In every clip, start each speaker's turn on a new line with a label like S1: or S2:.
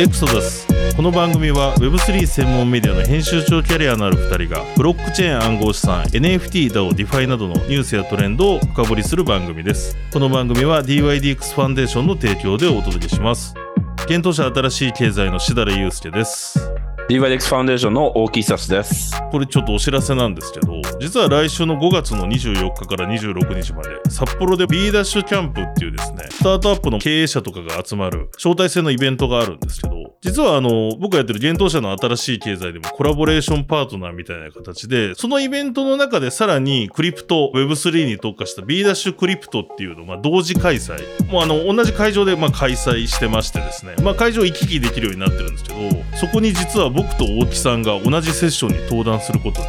S1: エクソダスこの番組は Web3 専門メディアの編集長キャリアのある2人がブロックチェーン暗号資産 NFT だを DeFi などのニュースやトレンドを深掘りする番組ですこの番組は DYDX ファンデーションの提供でお届けします検討者新しい経済のしだれゆうすけです
S2: DYDX ファウンデーションの大木久志です。
S1: これちょっとお知らせなんですけど実は来週の5月の24日から26日まで札幌で B ダッシュキャンプっていうですねスタートアップの経営者とかが集まる招待制のイベントがあるんですけど実はあの僕がやってる幻冬舎の新しい経済でもコラボレーションパートナーみたいな形でそのイベントの中でさらにクリプト Web3 に特化した B ダッシュクリプトっていうのをまあ同時開催もうあの同じ会場でまあ開催してましてですね、まあ、会場行き来できるようになってるんですけどそこに実は僕と大木さんが同じセッションに登壇することに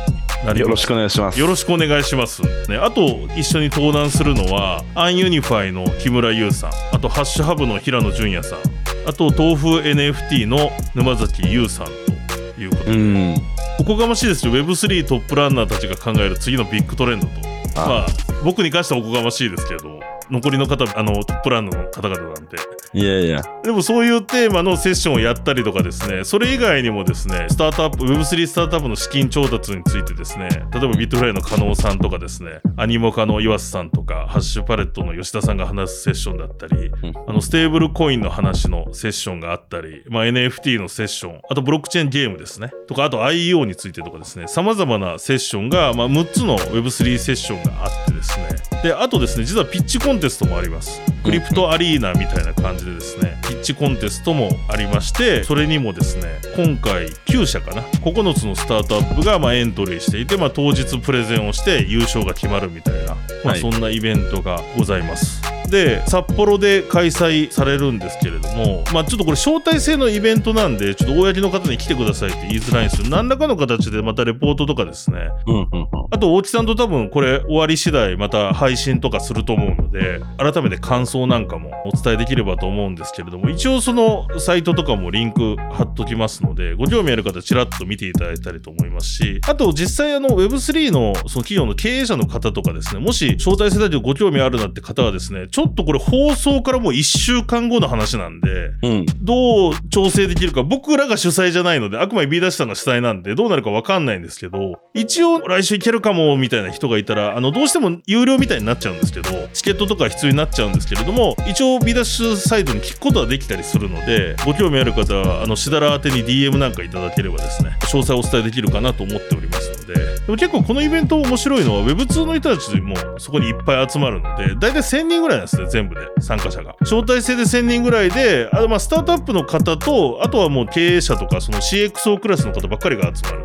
S1: なり
S2: よ
S1: ま
S2: ろ
S1: し
S2: したくお願いします。
S1: よろしくお願いします。ね、あと一緒に登壇するのはアンユニファイの木村優さんあとハッシュハブの平野純也さんあと豆腐 NFT の沼崎優さんということで、
S2: うん。
S1: おこがましいですよ Web3 トップランナーたちが考える次のビッグトレンドとまあ僕に関してはおこがましいですけれど残りの方あのトップランナーの方々なんて
S2: いやいや。
S1: でもそういうテーマのセッションをやったりとかですね、それ以外にもですね、スタートアップ、Web3 スタートアップの資金調達についてですね、例えばビットフライの加納さんとかですね、アニモカの岩瀬さんとか、ハッシュパレットの吉田さんが話すセッションだったり、
S2: うん
S1: あのステーブルコインの話のセッションがあったり、まあ、NFT のセッション、あとブロックチェーンゲームですね、とか、あと IEO についてとかですね、様々なセッションが、まあ、6つの Web3 セッションがあってですね、で、あとですね、実はピッチコンテストもあります。クリプトアリーナみたいな感じでですね、ピッチコンテストもありまして、それにもですね、今回9社かな、9つのスタートアップがまあエントリーしていて、まあ、当日プレゼンをして優勝が決まるみたいな、まあ、
S2: はい
S1: そんなイベントがございます。で札幌で開催されるんですけれども、まあ、ちょっとこれ招待制のイベントなんでちょっと公の方に来てくださいって言いづらいんですけど何らかの形でまたレポートとかですね
S2: うんうんうん。
S1: あと大木さんと多分これ終わり次第また配信とかすると思うので改めて感想なんかもお伝えできればと思うんですけれども一応そのサイトとかもリンク貼っときますのでご興味ある方ちらっと見ていただいたりと思いますしあと実際あの Web3 のその企業の経営者の方とかですねもし招待世代でご興味あるなって方はですねちょっとこれ放送からもう1週間後の話なんで
S2: うん。
S1: どう調整できるか、僕らが主催じゃないので、あくまで B ダッシュさんが主催なんで、どうなるかわかんないんですけど、一応来週行けるかも、みたいな人がいたら、あの、どうしても有料みたいになっちゃうんですけど、チケットとか必要になっちゃうんですけれども、一応 B ダッシュサイドに聞くことはできたりするので、ご興味ある方は、あの、しだら宛てに DM なんかいただければですね、詳細をお伝えできるかなと思っておりますので、でも結構このイベント面白いのは、Web2 の人たちもそこにいっぱい集まるので、だいたい1000人ぐらいなんですね、全部で、参加者が。招待制で1000人ぐらいで、あまあ、スタートアップの方と、あとはもう経営者とか、その CXO クラスの方ばっかりが集まる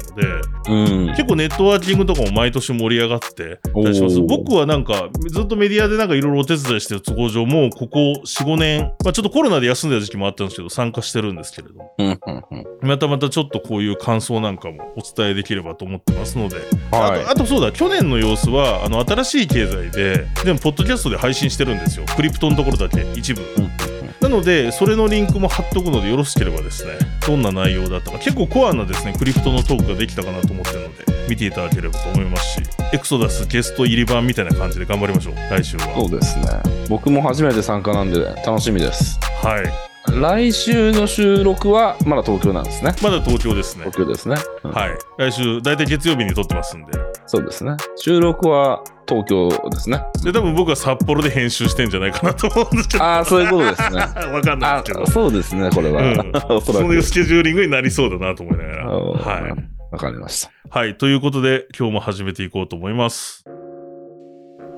S1: ので、
S2: うん。
S1: 結構ネットワーキングとかも毎年盛り上がってたりします
S2: おー
S1: 僕はなんかずっとメディアでなんかいろいろお手伝いしてる都合上もうここ45年、まあ、ちょっとコロナで休んでた時期もあったんですけど参加してるんですけれども
S2: うんうんうん。
S1: またまたちょっとこういう感想なんかもお伝えできればと思ってますので、あと
S2: は
S1: あとそうだ去年の様子はあの新しい経済ででもポッドキャストで配信してるんですよクリプトのところだけ一部
S2: い。うん
S1: なので、それのリンクも貼っとくので、よろしければですね、どんな内容だったか、結構コアなですね、クリプトのトークができたかなと思ってるので、見ていただければと思いますし、エクソダスゲスト入り版みたいな感じで頑張りましょう、来週は。
S2: そうですね。僕も初めて参加なんで楽しみです。
S1: はい。
S2: 来週の収録はまだ東京なんですね。
S1: まだ東京ですね。
S2: 東京ですね。うん
S1: はい。来週、大体月曜日に撮ってますんで。
S2: そうですね。収録は東京で すね。
S1: で、多分僕は札幌で編集してんじゃないかなと思うんですけど、
S2: ああ、そういうことですね。
S1: わかん ない
S2: あ
S1: ですけど。
S2: そうですね、これは。
S1: うん、
S2: おそ
S1: そ
S2: ら
S1: ういう
S2: く
S1: スケジューリングになりそうだなと思いながら。
S2: お
S1: はい。
S2: わかりました。
S1: はい。ということで、今日も始めていこうと思います。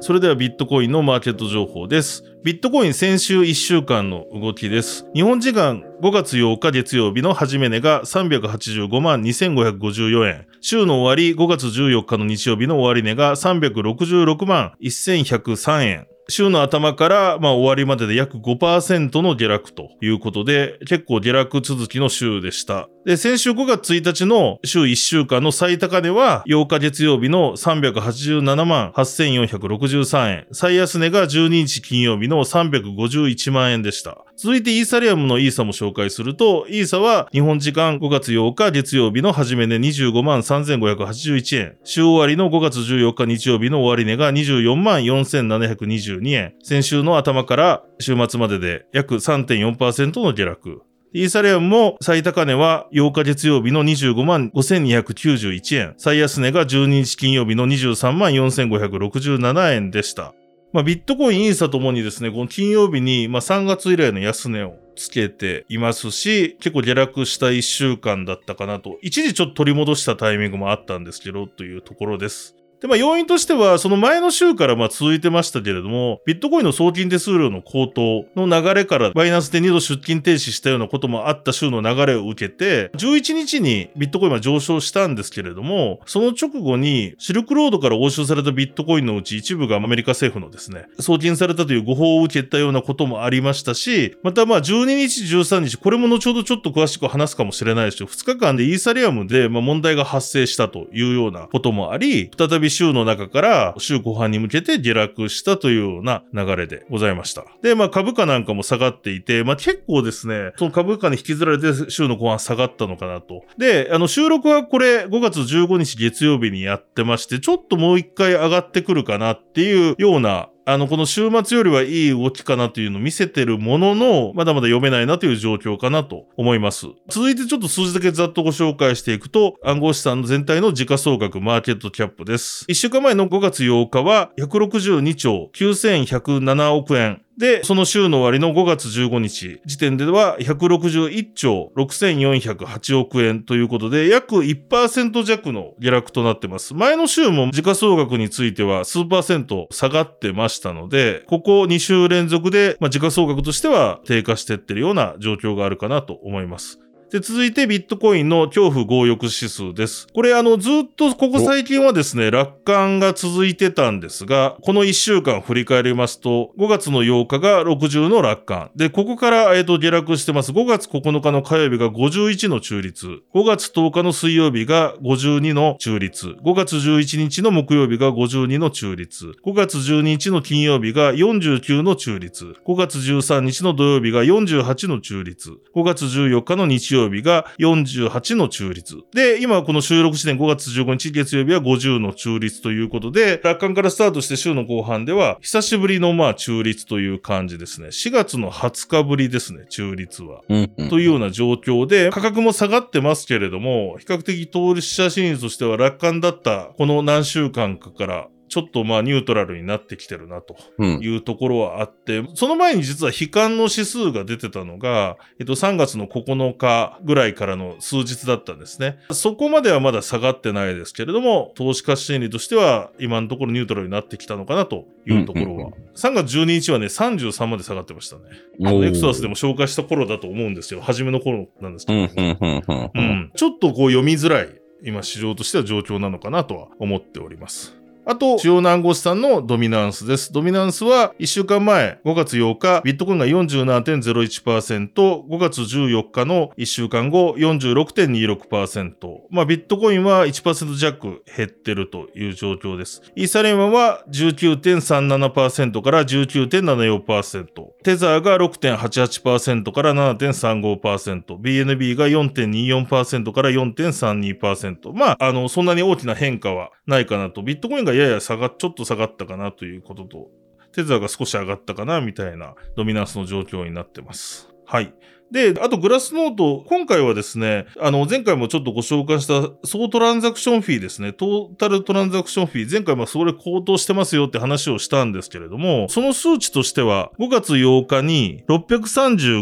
S1: それではビットコインのマーケット情報です。ビットコイン先週1週間の動きです。日本時間5月8日月曜日の始め値が385万2554円。週の終わり5月14日の日曜日の終値が366万1103円。週の頭から、まあ、終わりまでで約5%の下落ということで、結構下落続きの週でした。で、先週5月1日の週1週間の最高値は8日月曜日の387万8463円。最安値が12日金曜日の351万円でした。続いてイーサリアムのイーサも紹介すると、イーサは日本時間5月8日月曜日の始め値25万3581円。週終わりの5月14日日曜日の終値が24万4722円。先週の頭から週末までで約3.4%の下落。イーサリアムも最高値は8日月曜日の25万5291円、最安値が12日金曜日の23万4567円でした。まあ、ビットコイン、イーサともにですね、この金曜日に、まあ、3月以来の安値をつけていますし、結構下落した1週間だったかなと、一時ちょっと取り戻したタイミングもあったんですけど、というところです。で、まあ、要因としては、その前の週からまあ続いてましたけれども、ビットコインの送金手数料の高騰の流れから、バイナンスで2度出金停止したようなこともあった週の流れを受けて、11日にビットコインは上昇したんですけれども、その直後に、シルクロードから押収されたビットコインのうち一部がアメリカ政府のですね、送金されたという誤報を受けたようなこともありましたし、またまあ12日、13日、これも後ほどちょっと詳しく話すかもしれないですけど、2日間でイーサリアムでまあ問題が発生したというようなこともあり、再び週の中から週後半に向けて下落したというような流れでございました。で、まあ株価なんかも下がっていて、まあ結構ですね、その株価に引きずられて週の後半下がったのかなと。で、あの収録はこれ5月15日月曜日にやってまして、ちょっともう一回上がってくるかなっていうようなあの、この週末よりはいい動きかなというのを見せてるものの、まだまだ読めないなという状況かなと思います。続いてちょっと数字だけざっとご紹介していくと、暗号資産全体の時価総額マーケットキャップです。1週間前の5月8日は162兆9107億円。で、その週の終わりの5月15日時点では161兆6408億円ということで、約1%弱の下落となってます。前の週も時価総額については数パーセント下がってましたので、ここ2週連続で、まあ、時価総額としては低下してってるような状況があるかなと思います。で、続いてビットコインの恐怖強欲指数です。これあの、ずっとここ最近はですね、楽観が続いてたんですが、この1週間振り返りますと、5月の8日が60の楽観。で、ここから、えっ、と、下落してます。5月9日の火曜日が51の中立。5月10日の水曜日が52の中立。5月11日の木曜日が52の中立。5月12日の金曜日が49の中立。5月13日の土曜日が48の中立。5月14日の日曜日が48の中立。で、今この収録時点5月15日月曜日は50の中立ということで、楽観からスタートして週の後半では、久しぶりのまあ中立という感じですね。4月の20日ぶりですね、中立は。
S2: うんうん
S1: というような状況で、価格も下がってますけれども、比較的投資者心理としては楽観だったこの何週間かから、ちょっとまあニュートラルになってきてるなと
S2: うん
S1: いうところはあって、その前に実は悲観の指数が出てたのが、えっと3月の9日ぐらいからの数日だったんですね。そこまではまだ下がってないですけれども、投資家心理としては今のところニュートラルになってきたのかなというところ
S2: うんうん
S1: は。3月12日はね、33まで下がってましたね。
S2: おー
S1: エクソダスでも紹介した頃だと思うんですよ。初めの頃なんですけ
S2: う
S1: ど。
S2: んうんうんうん
S1: う
S2: うん
S1: んちょっとこう読みづらい、今市場としては状況なのかなとは思っております。あと、主要な暗号資産のドミナンスです。ドミナンスは1週間前、5月8日、ビットコインが47.01%、5月14日の1週間後、46.26%。まあ、ビットコインは1%弱減ってるという状況です。イーサリアムは19.37%から19.74%。テザーが6.88%から7.35%。BNB が4.24%から4.32%。まあ、あの、そんなに大きな変化はないかなと。ビットコインがやや下が、ちょっと下がったかなということと、テザーが少し上がったかなみたいなドミナンスの状況になってます。はい。で、あとグラスノート、今回はですね、あの、前回もちょっとご紹介した総トランザクションフィーですね、トータルトランザクションフィー、前回まあそれ高騰してますよって話をしたんですけれども、その数値としては、5月8日に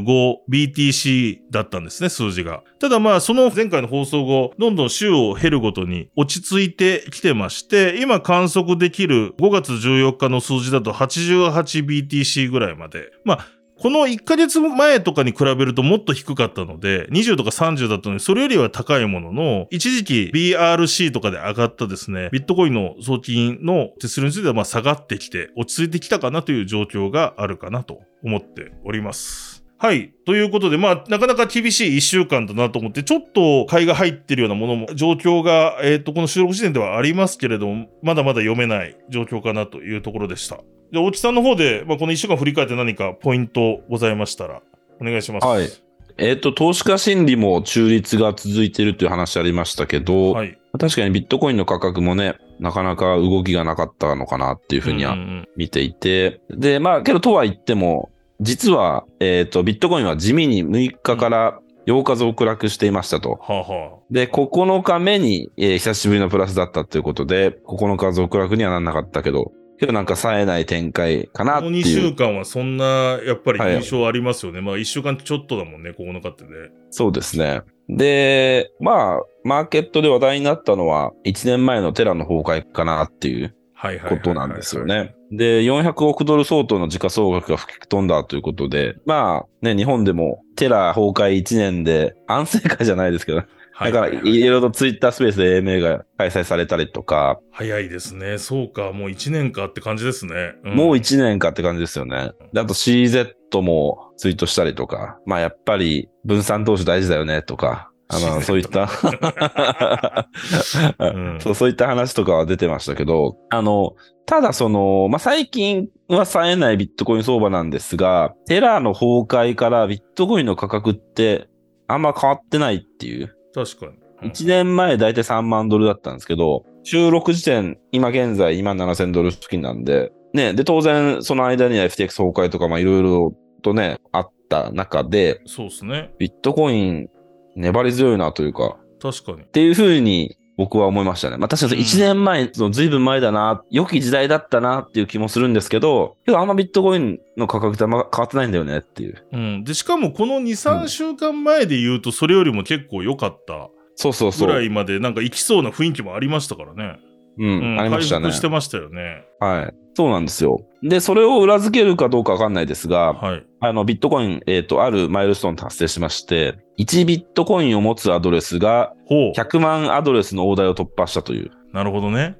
S1: 635BTC だったんですね、数字が。ただまあ、その前回の放送後、どんどん週を減るごとに落ち着いてきてまして、今観測できる5月14日の数字だと 88BTC ぐらいまで、まあ、この1ヶ月前とかに比べるともっと低かったので、20とか30だったのに、それよりは高いものの、一時期 BRC とかで上がったですね、ビットコインの送金の手数料についてはまあ下がってきて、落ち着いてきたかなという状況があるかなと思っております。はい。ということで、まあ、なかなか厳しい一週間だなと思って、ちょっと買いが入ってるようなものも、状況が、えっ、と、この収録時点ではありますけれども、まだまだ読めない状況かなというところでした。じゃあ、大木さんの方で、まあ、この一週間振り返って何かポイントございましたら、お願いします。
S2: はい。えっ、と、投資家心理も中立が続いているという話ありましたけど、
S1: はい。
S2: 確かにビットコインの価格もね、なかなか動きがなかったのかなっていうふうに
S1: う
S2: は
S1: んうん
S2: 見ていて、で、まあ、けどとは言っても、実は、えっ、と、ビットコインは地味に6日から8日続落していましたと。
S1: はあは
S2: で、9日目に、えー久しぶりのプラスだったということで、9日続落にはなんなかったけど、けどなんか冴えない展開か
S1: あ。
S2: なっ
S1: こ
S2: て
S1: の
S2: いう。
S1: 2週間はそんな、やっぱり
S2: はい
S1: 印象ありますよね。まあ、1週間ちょっとだもんね、9日ってね。
S2: そうですね。で、まあ、マーケットで話題になったのは、1年前のテラの崩壊かなっていう
S1: はいはいはいはい、
S2: ことなんですよ。ね。で、400億ドル相当の時価総額が吹き飛んだということで、まあ、ね、日本でもテラ崩壊1年で、安静会じゃないですけど、
S1: はい
S2: だ
S1: は
S2: か
S1: い
S2: ら、
S1: はい
S2: いろいろとツイッタースペースで AMA が開催されたりとか、
S1: 早いですね。そうか、もう1年かって感じですね。ん
S2: もう1年かって感じですよね。であと CZ もツイートしたりとか、まあやっぱり分散投資大事だよねとか、あ
S1: CZ
S2: の、そういった、
S1: ん
S2: そう、そういった話とかは出てましたけど、あの、ただその、まあ最近は冴えないビットコイン相場なんですが、テラーの崩壊からビットコインの価格ってあんま変わってないっていう。
S1: 確かに。うん
S2: 1年前だいたい3万ドルだったんですけど、収録時点、今現在2万7000ドル付近なんで、ね、で、当然その間には FTX 崩壊とか、まあいろいろとね、あった中で、
S1: そうですね。
S2: ビットコイン粘り強いなというか、
S1: 確かに
S2: っ。ていうふうに僕は思いましたね。まあ確かにその1年前、その随分前だな、良き時代だったなっていう気もするんですけど、けどあんまビットコインの価格ってあんま変わってないんだよねっていう。
S1: うん。で、しかもこの2、3週間前で言うと、それよりも結構良かった
S2: そうそうそ
S1: ぐら
S2: う。
S1: いまで、なんか行きそうな雰囲気もありましたからね。
S2: う、
S1: うん
S2: ありましたね
S1: 回復。してましたよね。
S2: はい。そうなんですよ。で、それを裏付けるかどうかわかんないですが、
S1: はい。
S2: あの、ビットコイン、えっ、と、あるマイルストーン達成しまして、1ビットコインを持つアドレスが
S1: ほう。
S2: 100万アドレスの大台を突破したという。
S1: なるほどね。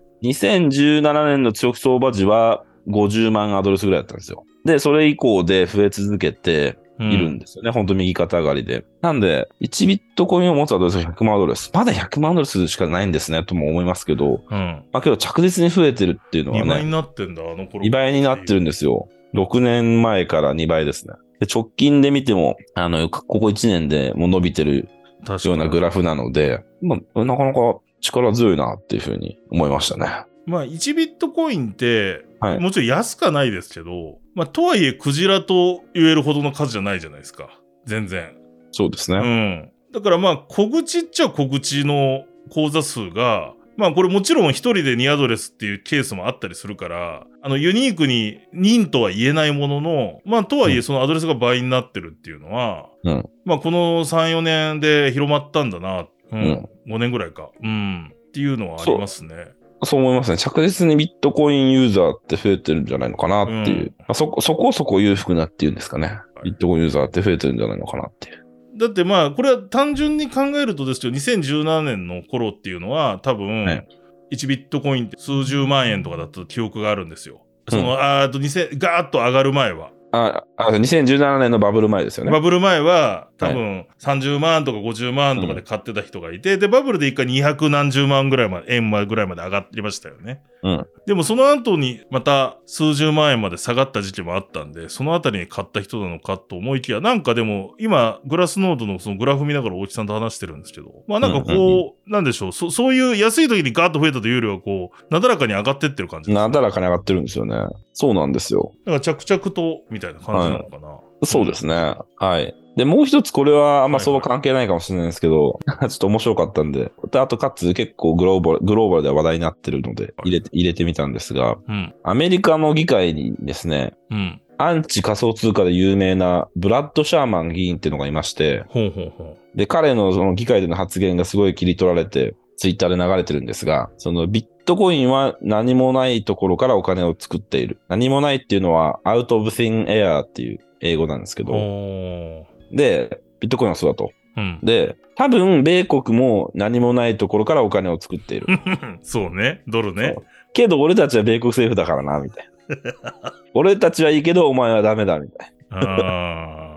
S2: 2017年の強気相場時は50万アドレスぐらいだったんですよ。で、それ以降で増え続けて
S1: う
S2: いるんですよね。ほんと右肩上がりで。なんで、1ビットコインを持つアドレスが100万アドレス。まだ100万アドレスしかないんですね、とも思いますけど。
S1: うん。
S2: まあけど着実に増えてるっていうのは
S1: 2倍
S2: ね、
S1: になってんだ、あの頃。
S2: 2倍になってるんですよ。6年前から2倍ですね。で直近で見ても、あの、ここ1年でもう伸びてる
S1: 確か
S2: よう
S1: に
S2: なグラフなので、まあ、なかなか力強いなっていうふうに思いましたね。
S1: まあ、1ビットコインって、
S2: はい
S1: もちろん安かないですけど、まあ、とはいえ、クジラと言えるほどの数じゃないじゃないですか。全然。
S2: そうですね。
S1: うん。だからまあ、小口っちゃ小口の口座数が、まあこれもちろん一人で2アドレスっていうケースもあったりするから、あのユニークに任とは言えないものの、まあとはいえそのアドレスが倍になってるっていうのは、
S2: うん
S1: まあこの3、4年で広まったんだな、うん
S2: うん
S1: 5年ぐらいか。うん。っていうのはありますね。
S2: そう思いますね。着実にビットコインユーザーって増えてるんじゃないのかなって
S1: う
S2: いう。
S1: ん
S2: まあ、そこ、そこそこ裕福なっていうんですかね。ビットコインユーザーって増えてるんじゃないのかなっていう。
S1: だってまあ、これは単純に考えるとですけど、2017年の頃っていうのは、多分、
S2: はい
S1: 1ビットコインって数十万円とかだった記憶があるんですよ。その、あーあと2000、ガーッと上がる前は。
S2: あ、あ、2017年のバブル前ですよね。
S1: バブル前は、多分、30万とか50万とかで買ってた人がいて、で、バブルで一回200何十万ぐらいまで、円までぐらいまで上がりましたよね。
S2: うん
S1: でもその後にまた数十万円まで下がった時期もあったんで、そのあたりに買った人なのかと思いきや、なんかでも今、グラスノートのそのグラフ見ながら大木さんと話してるんですけど、まあなんか
S2: うんう
S1: こう、なんでしょう、そそういう安い時にガーッと増えたというよりは、こう、なだらかに上がってってる感じです
S2: なだらかに上がってるんですよね。そうなんですよ。
S1: なんか着々と、みたいな感じなのかな。
S2: そうですね。はい。で、もう一つこれは
S1: は
S2: あんま
S1: いはい
S2: 相場関係ないかもしれないですけど、 ちょっと面白かったんで。であとかつ結構グローバル、グローバルでは話題になってるので、入れて、入れてみたんですが、
S1: うん。
S2: アメリカの議会にですね、
S1: うん。
S2: アンチ仮想通貨で有名なブラッド・シャーマン議員っていうのがいまして、
S1: ほうほうほ
S2: で、彼のその議会での発言がすごい切り取られて、ツイッターで流れてるんですが、そのビットコインは何もないところからお金を作っている。何もないっていうのは、out of thin air っていう英語なんですけ
S1: う。
S2: ど、
S1: ほ
S2: で、ビットコインはそうだと。
S1: う。うん。
S2: で、多分、米国も何もないところからお金を作っている。
S1: そうね、ドルね
S2: そ。うけど、俺たちは米国政府だからな、みたいな。俺たちはいいけど、お前はダメだ、みたいな。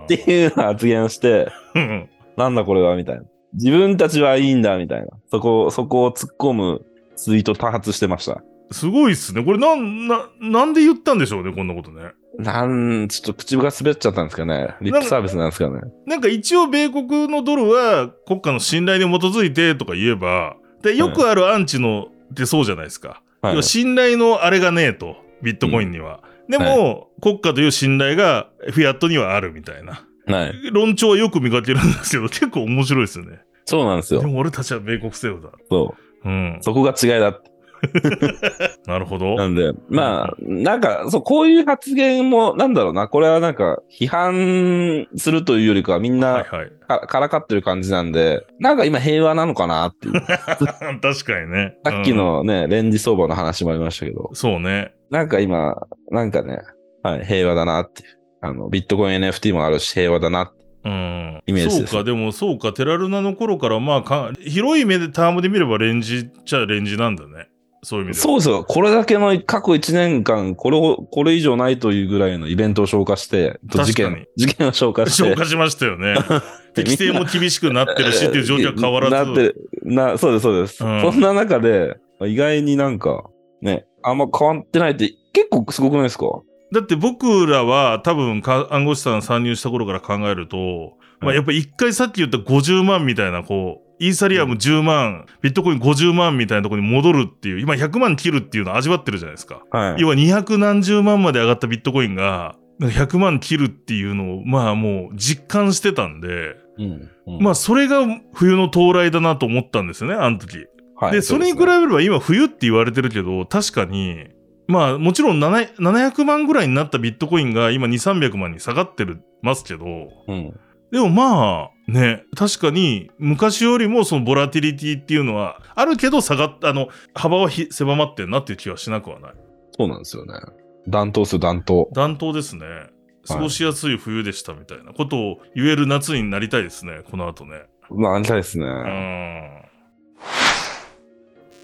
S1: あ
S2: っていう発言をして、
S1: うん
S2: なんだこれはみたいな。自分たちはいいんだみたいな。そこ、そこを突っ込むツイート多発してました。
S1: すごいっすね。これなん、な、なんで言ったんでしょうね、こんなことね。
S2: なん、ちょっと口が滑っちゃったんですかね。リップサービスなんですかね。
S1: なんか一応米国のドルは国家の信頼に基づいてとか言えば、で、よくあるアンチのってそうじゃないですか。
S2: はい
S1: 要は。信頼のあれがねえと、ビットコインには。でも、国家という信頼がフィアットにはあるみたいな。
S2: はい。
S1: 論調はよく見かけるんですけど、結構面白いですよね。
S2: そうなんです
S1: で
S2: よ。
S1: も俺たちは米国政府だ。
S2: そ
S1: うん
S2: う。。そこが違いだって。
S1: なるほど。
S2: なんで、まあ、なんか、そう、こういう発言も、なんだろうな、これはなんか、批判するというよりかは、みん
S1: はい
S2: な
S1: はい。
S2: かからかってる感じなんで、なんか今平和なのかなっていう。
S1: 確かにね。
S2: さっきのね、レンジ相場の話もありましたけど
S1: う、ん。そうね。
S2: なんか今、なんかね、はい、平和だなっていう。あの、ビットコイン NFT もあるし、平和だなって。
S1: うん、
S2: イメージ
S1: そう
S2: です
S1: か、でもそうか、テラルナの頃から、まあか、広い目でタームで見ればレンジっちゃレンジなんだね。そういう意味では。
S2: そうそう、これだけの過去1年間、これを、これ以上ないというぐらいのイベントを消化して、と事
S1: 確かに
S2: 件、事件を消化して。
S1: 消化しましたよ ね。で規制も厳しくなってるしっていう状況は変わら
S2: なって
S1: ず。
S2: るな、そうです、そうです。
S1: うん
S2: そんな中で、意外になんか、ね、あんま変わってないって、結構すごくないですか
S1: だって僕らは多分か暗号資産参入した頃から考えると、ま
S2: は
S1: あ、
S2: い
S1: やっぱ一回さっき言った50万みたいなこうイーサリアム10万、ビットコイン50万みたいなところに戻るっていう今100万切るっていうのを味わってるじゃないですか。
S2: はい。
S1: 要は200何十万まで上がったビットコインが、なんか100万切るっていうのを、まあもう実感してたんで、
S2: うんうん
S1: まあそれが冬の到来だなと思ったんですよね、あの時。
S2: はい
S1: で、それに比べれば今冬って言われてるけど、確かに、まあもちろん7 700万ぐらいになったビットコインが今2、300万に下がってるますけど、
S2: うん
S1: でもまあね、確かに昔よりもそのボラティリティっていうのはあるけど下がっあの、幅はひ狭まってんなっていう気はしなくはない。
S2: そうなんですよね。暖冬っすよ、暖冬。
S1: 暖冬ですね。過ごしやすい冬でしたみたいなことを言える夏になりたいですね、この後ね。
S2: まあ、ありたいですね。
S1: うん。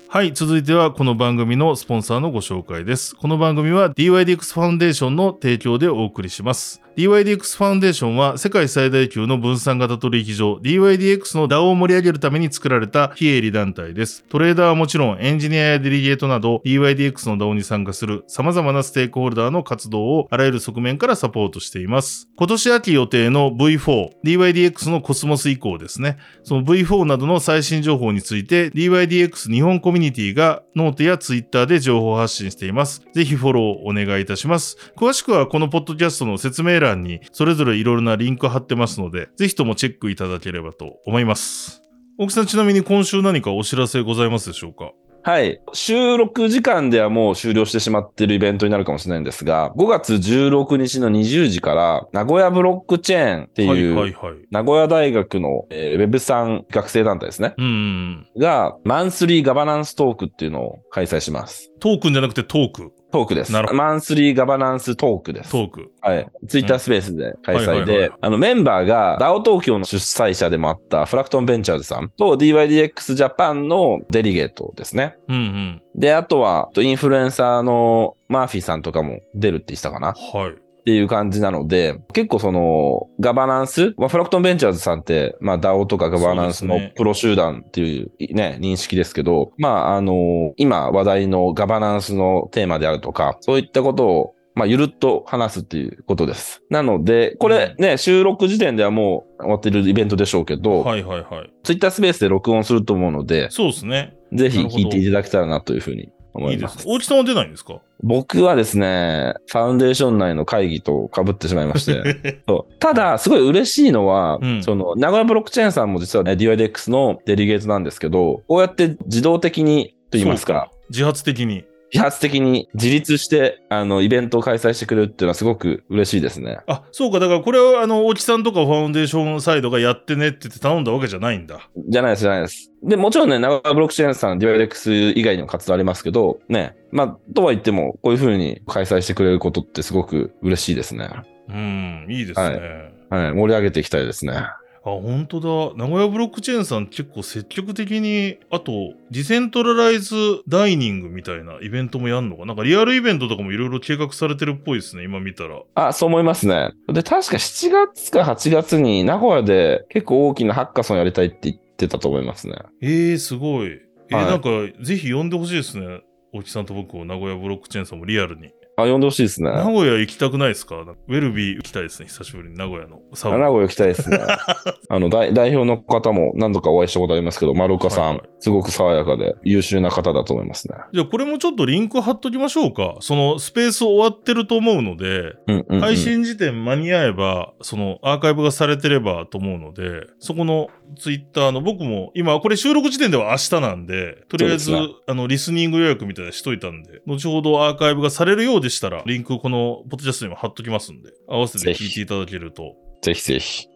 S1: はい、続いてはこの番組のスポンサーのご紹介です。この番組は DYDX ファンデーションの提供でお送りします。DYDX ファンデーションは世界最大級の分散型取引所 DYDX の DAO を盛り上げるために作られた非営利団体です。トレーダーはもちろんエンジニアやデリゲートなど DYDX の DAO に参加する様々なステークホルダーの活動をあらゆる側面からサポートしています。今年秋予定の V4、DYDX のコスモス以降ですね。その V4 などの最新情報について DYDX 日本コミュニティがノートやツイッターで情報発信しています。ぜひフォローお願いいたします。詳しくはこのポッドキャストの説明欄にそれぞれいろいろなリンク貼ってますので、ぜひともチェックいただければと思います。奥さんちなみに今週何かお知らせございますでしょうか
S2: はい。収録時間ではもう終了してしまってるイベントになるかもしれないんですが、5月16日の20時から、名古屋ブロックチェーンって、
S1: はいいうはいはい。
S2: 名古屋大学の、えー、Web3 学生団体ですね。
S1: うん。
S2: が、マンスリーガバナンストークっていうのを開催します。
S1: トークンじゃなくてトーク。
S2: トークです。
S1: なるほ
S2: マンスリーガバナンストークです。
S1: トーク。
S2: はい。ツイッタースペースで開催
S1: はいはい
S2: で
S1: は、
S2: あのメンバーが DAO 東京の主催者でもあったフラクトンベンチャーズさんと DYDX ジャパンのデリゲートですね。
S1: うんうん。
S2: で、あとは、インフルエンサーのマーフィーさんとかも出るって言ってたかなっ
S1: はい。
S2: ていう感じなので、結構その、ガバナンス、まあ、フラクトンベンチャーズさんって、まあ、DAO とかガバナンス
S1: そう
S2: の
S1: ですね
S2: プロ集団っていうね、認識ですけど、まあ、あの、今話題のガバナンスのテーマであるとか、そういったことを、まあ、ゆるっと話すっていうことです。なので、これね、収録時点ではもう終わってるイベントでしょうけど、
S1: はいはいはい。
S2: ツイッタースペースで録音すると思うので、
S1: そうですね。
S2: ぜひ
S1: なるほど
S2: 聞いていただけたらなというふうに思
S1: いい
S2: い
S1: で
S2: ます
S1: す。。大木さんは出ないんですか
S2: 僕はですね、ファウンデーション内の会議と被ってしまい まして。そうただ、すごい嬉しいのは、
S1: うん
S2: その、名古屋ブロックチェーンさんも実はね、DYDX のデリゲートなんですけど、こうやって自動的に、と言いますか、
S1: そう。自発的に。
S2: 自発的に自立して、あの、イベントを開催してくれるっていうのはすごく嬉しいですね。
S1: あ、そうか。だからこれは、あの、大木さんとかファウンデーションサイドがやってねって言って頼んだわけじゃないんだ。
S2: じゃないです、じゃないです。で、もちろんね、名古屋ブロックチェーンさん、DYDX 以外にも活動ありますけど、ね、まあ、とは言っても、こういうふうに開催してくれることってすごく嬉しいですね。
S1: うん、いいですね。
S2: はい、盛り上げていきたいですね。
S1: あ、本当だ。名古屋ブロックチェーンさん結構積極的に、あと、ディセントラライズダイニングみたいなイベントもやんのかなんかリアルイベントとかもいろいろ計画されてるっぽいですね、今見たら。
S2: あ、そう思いますね。で、確か7月か8月に名古屋で結構大きなハッカソンやりたいって言ってたと思いますね。
S1: ええすごい。えー
S2: はい
S1: なんか、ぜひ呼んでほしいですね。大木さんと僕を名古屋ブロックチェーンさんもリアルに。
S2: あ、呼んでほしいですね。
S1: 名
S2: あ
S1: 古屋行きたくないですかなんかウェルビー行きたいですね、久しぶりに名古屋のサ
S2: 名
S1: ウナ。
S2: 古屋行きたいで すね。あの代、代表の方も何度かお会いしたことありますけど、丸岡さん、
S1: はいはい
S2: すごく爽やかで優秀な方だと思いますね。
S1: じゃあこれもちょっとリンク貼っときましょうか。そのスペース終わってると思うので、
S2: うんうん、うん。
S1: 配信時点間に合えば、そのアーカイブがされてればと思うので、そこのツイッターの僕も今これ収録時点では明日なんで、とりあえず、
S2: そうです
S1: あのリスニング予約みたいなのしといたんで、後ほどアーカイブがされるようでしたら、リンクこのポッドキャストにも貼っときますんで、合わせて聞いていただけると。
S2: ぜひぜひ。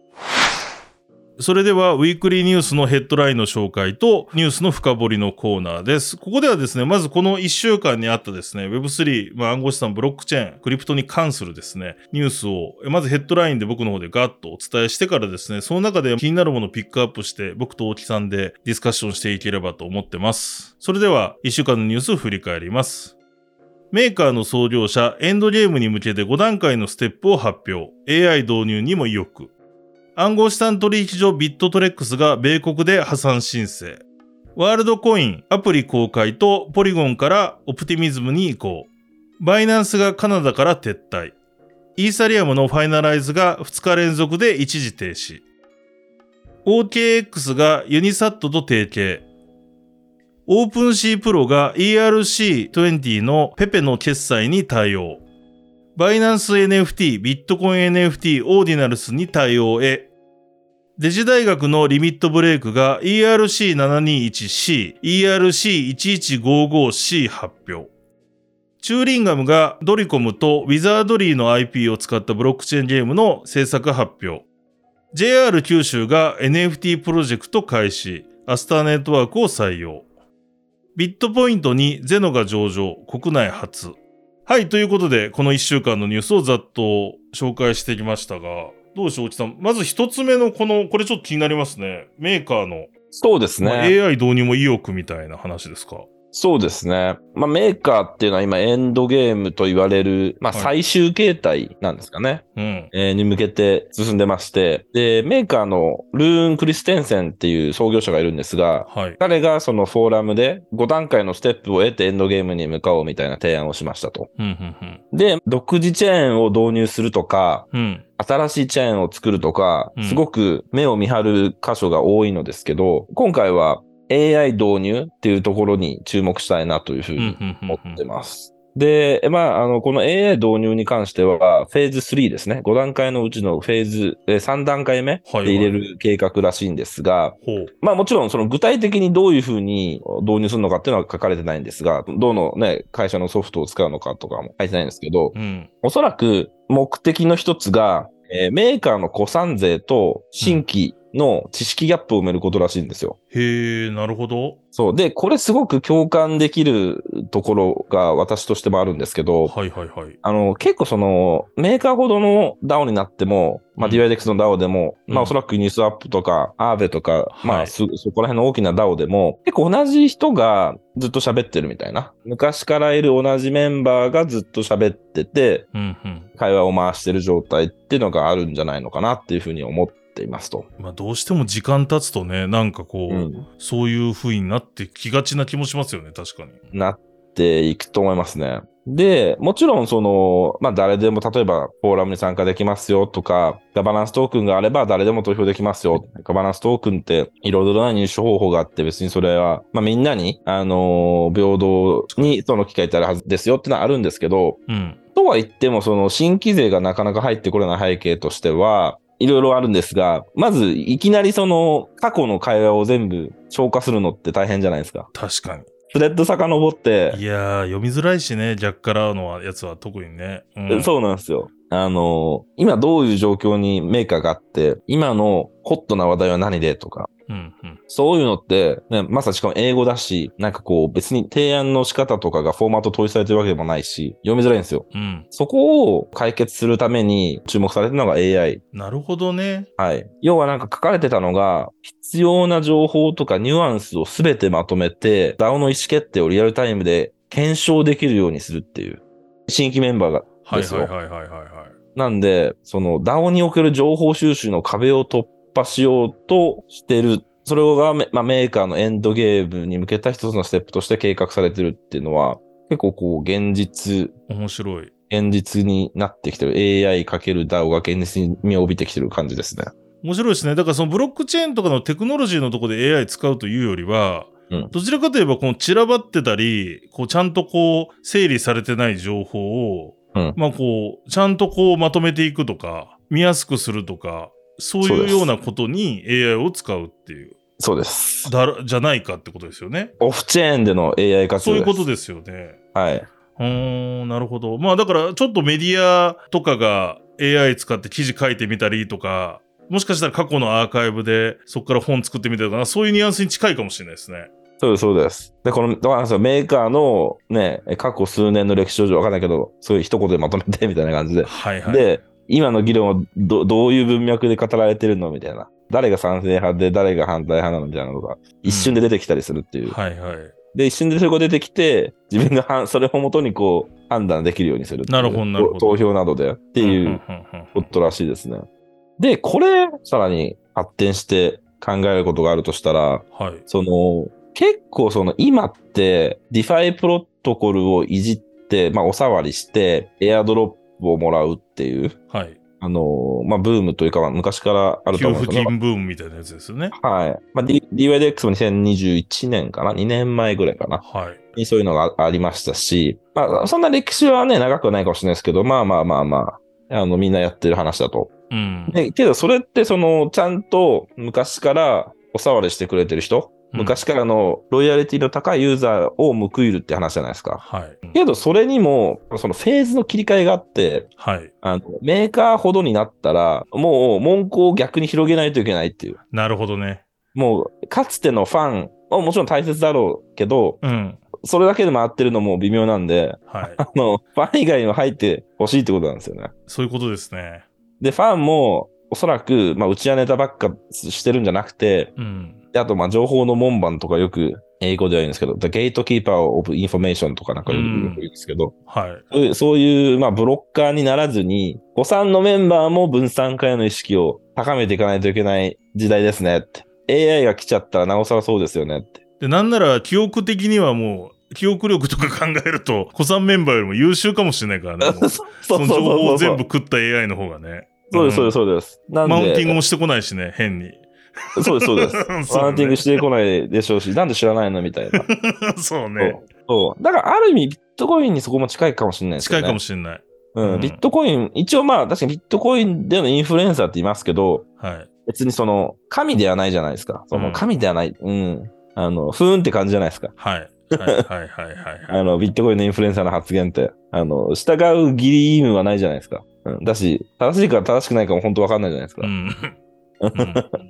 S1: それでは、ウィークリーニュースのヘッドラインの紹介と、ニュースの深掘りのコーナーです。ここではですね、まずこの1週間にあったですね、Web3、まあ、暗号資産、ブロックチェーン、クリプトに関するですね、ニュースを、えまずヘッドラインで僕の方でガッとお伝えしてからですね、その中で気になるものをピックアップして、僕と大木さんでディスカッションしていければと思ってます。それでは、1週間のニュースを振り返ります。メーカーの創業者、エンドゲームに向けて5段階のステップを発表。AI 導入にも意欲。暗号資産取引所ビットトレックスが米国で破産申請。ワールドコイン、アプリ公開とポリゴンからオプティミズムに移行。バイナンスがカナダから撤退。イーサリアムのファイナライズが2日連続で一時停止。OKX がユニサットと提携。オープン C プロが ERC20 のペペの決済に対応。バイナンス NFT、ビットコイン NFT、オーディナルスに対応へデジ大学のリミットブレイクが ERC721C、ERC1155C 発表。チューリンガムがドリコムとウィザードリーの IP を使ったブロックチェーンゲームの制作発表。JR 九州が NFT プロジェクト開始。アスターネットワークを採用。ビットポイントにゼノが上場。国内初。はい、ということで、この1週間のニュースをざっと紹介してきましたが、どうでしょう、大木さん。まず1つ目のこの、これちょっと気になりますね。メーカーの、
S2: そうですね。
S1: まあ AI 導入も意欲みたいな話ですか。
S2: そうですね。まあ、メーカーっていうのは今エンドゲームと言われる、まあ、
S1: はい
S2: 最終形態なんですかね。
S1: うん。
S2: えーに向けて進んでまして、で、メーカーのルーン・クリステンセンっていう創業者がいるんですが、
S1: はい。
S2: 彼がそのフォーラムで5段階のステップを得てエンドゲームに向かおうみたいな提案をしましたと。
S1: うん、うん、
S2: で、独自チェーンを導入するとか、
S1: うん。うん。
S2: 新しいチェーンを作るとか
S1: うん、
S2: すごく目を見張る箇所が多いのですけど、今回は AI 導入っていうところに注目したいなというふう
S1: う
S2: に
S1: ん、うん
S2: 思ってます。で、まあ、あの、この AI 導入に関しては、フェーズ3ですね。5段階のうちのフェーズ、えー3段階目
S1: はいはい
S2: で入れる計画らしいんですが、
S1: ほう。
S2: まあもちろんその具体的にどういうふうに導入するのかっていうのは書かれてないんですが、どのね、会社のソフトを使うのかとかも書いてないんですけど、
S1: うん。
S2: おそらく目的の一つが、えーメーカーの古参税と新規の知識ギャップを埋めることらしいんですよ。
S1: へえ、なるほど。
S2: そう。で、これすごく共感できるところが私としてもあるんですけど、
S1: はい、はい、はい。
S2: あの、結構その、メーカーほどの DAO になっても、まあ、
S1: うん
S2: DYDX の DAO でも、
S1: うん
S2: まあ、おそらくニュースアップとか、アーベとか、
S1: はい
S2: まあ、すそこら辺の大きな DAO でも、結構同じ人がずっと喋ってるみたいな。昔からいる同じメンバーがずっと喋ってて、
S1: うん、うん。
S2: 会話を回してる状態っていうのがあるんじゃないのかなっていうふうに思っていますと。
S1: まあ、どうしても時間経つとね、なんかこう、
S2: うん
S1: そういう風になってきがちな気もしますよね、確かに。
S2: なっていくと思いますね。で、もちろんその、まあ誰でも例えばフォーラムに参加できますよとか、ガバナンストークンがあれば誰でも投票できますよ。ガバナンストークンっていろいろな入手方法があって別にそれは、まあみんなに、あのー平等にその機会ってあるはずですよってのはあるんですけど、
S1: うん。
S2: とは言っても、その新規税がなかなか入ってこれない背景としては、いろいろあるんですが、まずいきなりその過去の会話を全部消化するのって大変じゃないですか。
S1: 確かに。
S2: スレッド遡って、
S1: いやー、読みづらいしね、逆からのやつは特にね。うん、
S2: そうなんですよ。あの、今どういう状況にメーカーがあって、今のホットな話題は何でとか、
S1: うんうん。
S2: そういうのって、ね、まさしかも英語だし、なんかこう別に提案の仕方とかがフォーマット統一されてるわけでもないし、読みづらいんですよ。
S1: うん。
S2: そこを解決するために注目されてるのが AI。
S1: なるほどね。
S2: はい。要はなんか書かれてたのが、必要な情報とかニュアンスをすべてまとめて、DAO の意思決定をリアルタイムで検証できるようにするっていう。新規メンバーが。
S1: はい
S2: です
S1: はい
S2: よ
S1: はいはいはいはい。
S2: なんで、その DAO における情報収集の壁を突破しようとしてる。それがめ、まあ、メーカーのエンドゲームに向けた一つのステップとして計画されてるっていうのは、結構こう現実
S1: 面白い。
S2: 現実になってきてる AI×DAO が現実に身を帯びてきてる感じですね。
S1: 面白いですね。だからそのブロックチェーンとかのテクノロジーのところで AI 使うというよりは、
S2: うん
S1: どちらかといえばこの散らばってたり、こうちゃんとこう整理されてない情報を、
S2: うん
S1: まあこう、ちゃんとこうまとめていくとか、見やすくするとか、そう
S2: そう
S1: い
S2: で
S1: う
S2: す
S1: ようなことに AI を使うっていう、
S2: そうです。
S1: だらじゃないかってことですよね。
S2: オフチェーンでの AI 活
S1: そう
S2: 用
S1: いう
S2: です。
S1: ことですよね。
S2: はい。
S1: うーん、なるほど。まあだからちょっとメディアとかが AI 使って記事書いてみたりとか、もしかしたら過去のアーカイブでそこから本作ってみたりとか、そういうニュアンスに近いかもしれないですね。
S2: そうです、そうです。で、この、だからさメーカーのね、過去数年の歴史上わかんないけど、そういう一言でまとめてみたいな感じで。
S1: はいはい。
S2: で、今の議論はどどういう文脈で語られてるのみたいな。誰が賛成派で誰が反対派なのみたいなのが一瞬で出てきたりするっていう。
S1: はいはい。
S2: で、一瞬でそれが出てきて、自分がはんそれをもとにこう判断できるようにするっていう
S1: なるほどなるほど
S2: 投票などでってい
S1: んん
S2: うん
S1: う
S2: こ
S1: ん
S2: とらしいですね。で、これ、さらに発展して考えることがあるとしたら、
S1: はい。
S2: その、結構その今って、ディファイプロトコルをいじって、まあお触りして、エアドロップをもらうっていう、
S1: はい。
S2: あの、まあブームというか、まあ昔からあると
S1: 給
S2: 思うん
S1: 付
S2: ですけど、
S1: 金ブームみたいなやつですよね。
S2: はい。まあ、D- DYDX も2021年かな ?2 年前ぐらいかな
S1: はい。
S2: にそういうのがあありましたし、まあ、そんな歴史はね、長くはないかもしれないですけど、まあまあまあまあ、あの、みんなやってる話だと。
S1: うん。
S2: でけど、それって、その、ちゃんと昔からお触りしてくれてる人、
S1: うん
S2: 昔からのロイヤリティの高いユーザーを報いるって話じゃないですか。
S1: はい。うん
S2: けど、それにも、そのフェーズの切り替えがあって、
S1: はい。
S2: あのメーカーほどになったら、もう文句を逆に広げないといけないっていう。
S1: なるほどね。
S2: もう、かつてのファンももちろん大切だろうけど、
S1: うん。
S2: それだけで回ってるのも微妙なんで、
S1: はい。
S2: あの、ファン以外にも入ってほしいってことなんですよね。
S1: そういうことですね。
S2: で、ファンも、おそらく、まあ、打ち上げネタばっかしてるんじゃなくて、
S1: うん。
S2: であと、まあ、情報の門番とかよく、英語では言うんですけど、The Gatekeeper of Information とかなんかよく
S1: うん
S2: 言うんですけど、
S1: はい。
S2: そういうそういう、まあ、ブロッカーにならずに、誤算のメンバーも分散化への意識を高めていかないといけない時代ですねって。AI が来ちゃったらなおさらそうですよねって。
S1: で、なんなら記憶的にはもう、記憶力とか考えると、 子さんメンバーよりも優秀かもしれないからね。 もう
S2: そ
S1: その情報を全部食った AI の方がね。
S2: そうです、そう
S1: うん
S2: です、そうです。なんで、
S1: マウンティングもしてこないしね、変 に。
S2: そうです、そうです。
S1: そうね
S2: マウンティングしてこないでしょうし、なんで知らないのみたいな。
S1: そうね。
S2: そう。だから、ある意味、ビットコインにそこも近いかもしれないです
S1: 近
S2: よ
S1: い
S2: ね。
S1: かもしれない。
S2: う、
S1: うんん
S2: ビットコイン、一応まあ、確かにビットコインでのインフルエンサーって言いますけど、
S1: はい。
S2: 別にその、神ではないじゃないですか。そうの
S1: ん
S2: 神ではない、うん。あの、ふーんって感じじゃないですか。
S1: はい。はい。はい。はい。は い。
S2: あの、ビットコインのインフルエンサーの発言って。あの、従う義理義務はないじゃないですか。うん、だし、正しいか正しくないかも本当わかんないじゃないですか。
S1: うん。 うん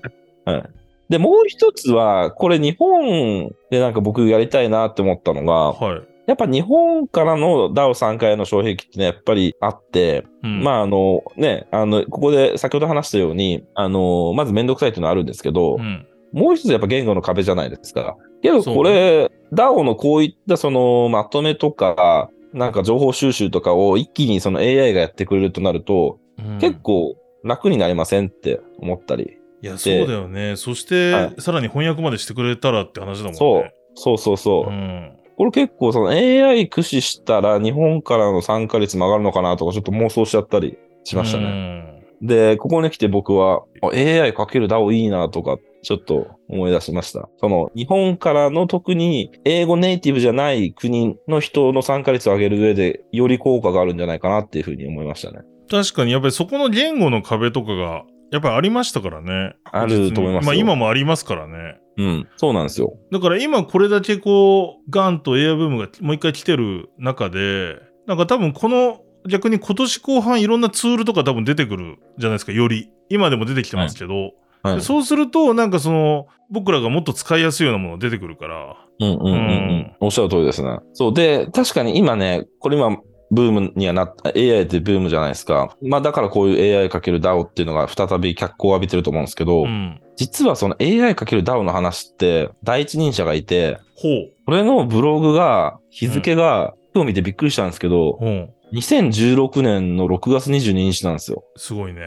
S2: で、もう一つは、これ日本でなんか僕やりたいなって思ったのが、
S1: はい。
S2: やっぱ日本からの DAO 参加への障壁ってね、やっぱりあって、
S1: うん
S2: まああのね、あの、ここで先ほど話したように、あの、まずめんどくさいっていうのはあるんですけど、
S1: うん
S2: もう一つやっぱ言語の壁じゃないですか。けど
S1: そう
S2: これ、DAO のこういったそのまとめとか、なんか情報収集とかを一気にその AI がやってくれるとなると、
S1: うん
S2: 結構楽になりませんって思ったり。
S1: いや、そうだよね。そして、
S2: はい
S1: さらに翻訳までしてくれたらって話だもんね。
S2: そう。そうそうそう。
S1: うん。
S2: これ結構その AI 駆使したら日本からの参加率も上がるのかなとかちょっと妄想しちゃったりしましたね。
S1: ね。
S2: で、ここに来て僕はあ AI かける DAO いいなとかちょっと思い出しました。その日本からの特に英語ネイティブじゃない国の人の参加率を上げる上でより効果があるんじゃないかなっていうふうに思いましたね。
S1: 確かに、やっぱりそこの言語の壁とかが、やっぱりありましたからね。
S2: あると思いますよ
S1: あ今もありますからね。
S2: うん。そうなんですよ。
S1: だから今これだけこう、ガンとエアブームがもう一回来てる中で、なんか多分この、逆に今年後半いろんなツールとか多分出てくるじゃないですか、より。今でも出てきてますけど、
S2: はい
S1: でそうすると、なんかその、僕らがもっと使いやすいようなものが出てくるから。
S2: うんうん
S1: う
S2: うんう。
S1: ん
S2: おっしゃる通りですね。そう。で、確かに今ね、これ今、ブームにはなった、AI ってブームじゃないですか。まあだからこういう AI かける DAO っていうのが再び脚光を浴びてると思うんですけど、
S1: うん。
S2: 実はその AI かける DAO の話って第一人者がいて、
S1: ほ
S2: これのブログが、日付が、今日見てびっくりしたんですけど
S1: う。、うん。
S2: 2016年の6月22日なんですよ。
S1: すごいね。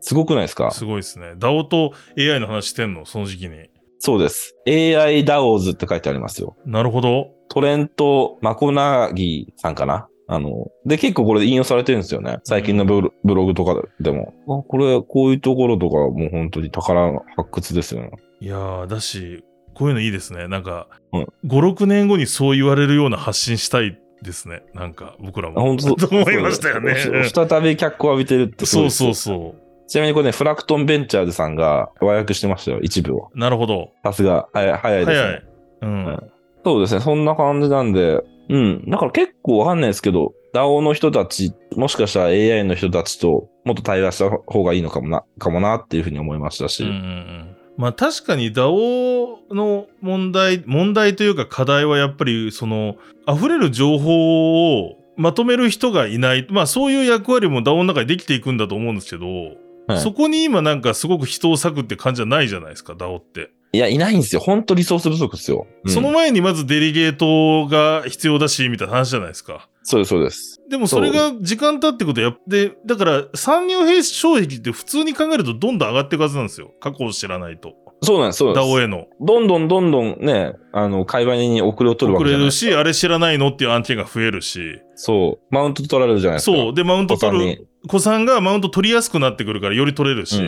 S2: すごくないですか
S1: すごいですね。DAO と AI の話してんのその時期に。
S2: そうです。AI DAOs って書いてありますよ。
S1: なるほど。
S2: トレント・マコナギさんかなあの、で、結構これ引用されてるんですよね。最近のブロブログとかでも。あこれ、こういうところとか、もう本当に宝の発掘ですよね。
S1: いやー、だし、こういうのいいですね。なんか、
S2: うん
S1: 5、6年後にそう言われるような発信したいですね。なんか、僕ら
S2: あ
S1: も。
S2: 本 当
S1: と思いましたよね。
S2: そうです再び脚光を浴びてるってすごい
S1: そう
S2: です
S1: そうそ
S2: ちなみにこれね、フラクトンベンチャーズさんが和訳してましたよ、一部を。
S1: う。なるほど。
S2: さすが、早い、早いですね。
S1: 早い。うん。
S2: はいそうですね、そんな感じなんで、うん、だから結構わかんないですけど、DAO の人たち、もしかしたら AI の人たちともっと対話した方がいいのかもな、かもなっていうふうに思いましたし、
S1: うんうんうんまあ確かに DAO の問題、問題というか課題はやっぱりその溢れる情報をまとめる人がいない。まあそういう役割も DAO の中でできていくんだと思うんですけど、
S2: はい
S1: そこに今なんかすごく人を割くって感じじゃないじゃないですか、DAO って。
S2: いや、いないんですよ。本当リソース不足ですよ。うん
S1: その前にまずデリゲートが必要だし、みたいな話じゃないですか。
S2: そうです、そうです。
S1: でもそれが時間経ってくとやっで、だから参入平障壁って普通に考えるとどんどん上がっていくはずなんですよ。過去を知らないと。
S2: そうなんです、そうなんで
S1: DAO
S2: す。
S1: への。
S2: どんどんどんどんね、あの、会話に遅れを取るわ
S1: 遅
S2: けじ
S1: れ
S2: ゃない
S1: るし、あれ知らないのっていう案件が増えるし、
S2: そう、マウント取られるじゃないですか。
S1: そう。で、マウント取る、
S2: る。
S1: 子さんがマウント取りやすくなってくるから、より取れるし。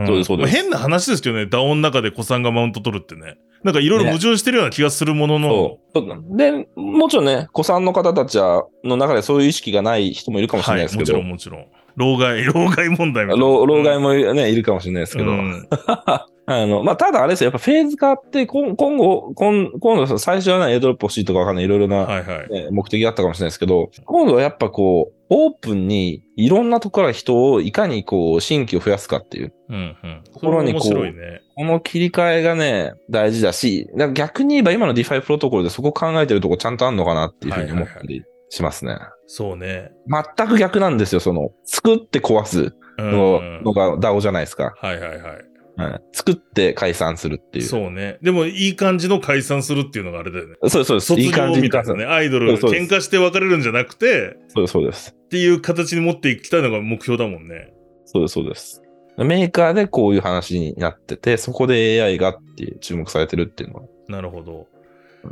S1: ん
S2: そうですそうです
S1: まあ変な話ですけどね、ダオの中で子さんがマウント取るってね。なんかいろいろ
S2: ね
S1: 矛盾してるような気がするものの、
S2: そうそうで、もちろんね、子さんの方たちは、の中でそういう意識がない人もいるかもしれないですけど、
S1: はい、もちろんもちろん。老害、老害問題みたいな。
S2: 老老害
S1: で
S2: もね、いるかもしれないですけど、
S1: うん、
S2: あの、まあ、ただあれですよ、やっぱフェーズ化って、今今後、今今度さ、最初はね、エアドロップ欲しいとかわかんない、いろいろな、
S1: はいはい。
S2: ね目的があったかもしれないですけど、今度はやっぱこう、オープンにいろんなところから人をいかにこう、新規を増やすかっていう、
S1: うんうん。
S2: 心にこう
S1: それも面白いね。
S2: この切り替えがね、大事だし、だから逆に言えば今の DeFi プロトコルでそこ考えてるとこちゃんとあんのかなっていうふうに思ったりしますね。
S1: そうね。
S2: 全く逆なんですよ、その、作って壊す
S1: うん
S2: の,、
S1: うん
S2: のが DAO じゃないですか、
S1: はいはいは
S2: はい。作って解散するって
S1: い。
S2: いう。
S1: そうね。でもいい感じの解散するっていうのがあれだよね。
S2: そうです、そうです。
S1: 卒
S2: いい
S1: 業
S2: 感じに
S1: みたい
S2: 解
S1: な
S2: 散。
S1: ね。アイド
S2: そ
S1: ル
S2: うそうで
S1: 喧嘩して別れるんじゃなくて、
S2: そうです、そうです。
S1: っていう形に持っていきたいのが目標だもんね。
S2: そうです、そうです。メーカーでこういう話になってて、そこで AI がっていう注目されてるっていうのは
S1: なるほど。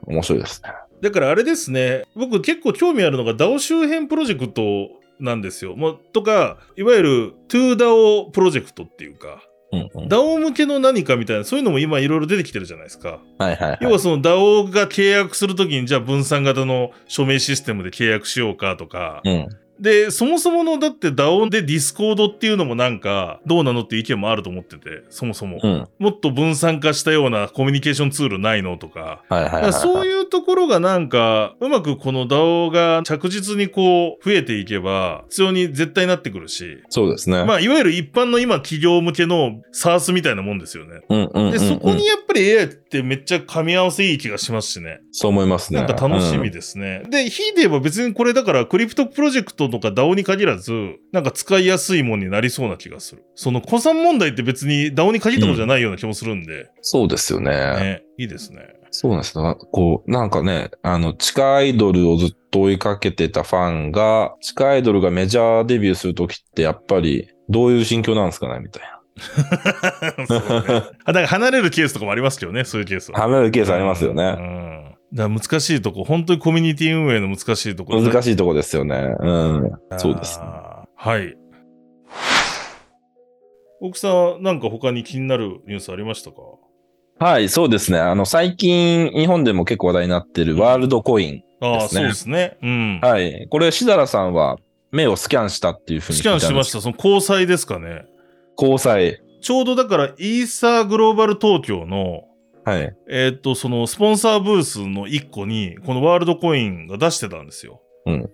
S2: 面白いですね。
S1: だからあれですね、僕結構興味あるのが DAO 周辺プロジェクトなんですよ。まあ、とか、いわゆる 2DAO プロジェクトっていうか、
S2: うんうん、
S1: DAO 向けの何かみたいな、そういうのも今いろいろ出てきてるじゃないですか。
S2: はいはい、はい。
S1: 要はその DAO が契約するときに、じゃあ分散型の署名システムで契約しようかとか、
S2: うん、
S1: で、そもそものだって DAO で Discord っていうのもなんかどうなのっていう意見もあると思ってて、そもそも。
S2: うん。
S1: もっと分散化したようなコミュニケーションツールないのとか、
S2: はいは
S1: だ
S2: い、はい
S1: か
S2: は
S1: ら
S2: い。
S1: そう
S2: う。
S1: いうところがなんか、うまくこの DAO が着実にこう、増えていけば、必要に絶対なってくるし、
S2: そうですね。
S1: まあ、いわゆる一般の今企業向けの SARS みたいなもんですよね。
S2: うんうんうんうん、
S1: で、そこにやっぱり AI ってめっちゃ噛み合わせいい気がしますしね。
S2: そう思いますね。
S1: なんか楽しみ
S2: で、
S1: ですね。で、ひいて言えば別にこれだからクリプトプロジェクトとか DAO に限らず、なんか使いやすいもんになりそうな気がする。その子さん問題って別に DAO に限ったことじゃないような気もするんで、
S2: そうですよね。
S1: ね、いいですね。
S2: そうなんですよ。こう、なんかね、あの、地下アイドルをずっと追いかけてたファンが、地下アイドルがメジャーデビューするときって、やっぱり、どういう心境なんですかねみたいな。
S1: そうねあ、だから離れるケースとかもありますけどね、そういうケースは。
S2: はめるケースありますよ
S1: ね。
S2: ね。
S1: うん。だから難しいとこ、本当にコミュニティ運営の難しいところ。
S2: 難
S1: し
S2: しいとこですよね。うん。そうですね
S1: はい。奥さん、なんか他に気になるニュースありましたか
S2: はい、そうですね。あの、最近、日本でも結構話題になってるワールドコイン。
S1: ああ、
S2: です
S1: そう
S2: ね
S1: ですね。うん。
S2: はい。これ、しだらさんは、目をスキャンしたっていうふうに。
S1: スキャンしましたた。その交際ですかね。
S2: 交際。
S1: ちょうどだから、イーサーグローバル東京の、
S2: はい。
S1: えーっと、そのスポンサーブースの1個に、このワールドコインが出してたんですよ。
S2: うん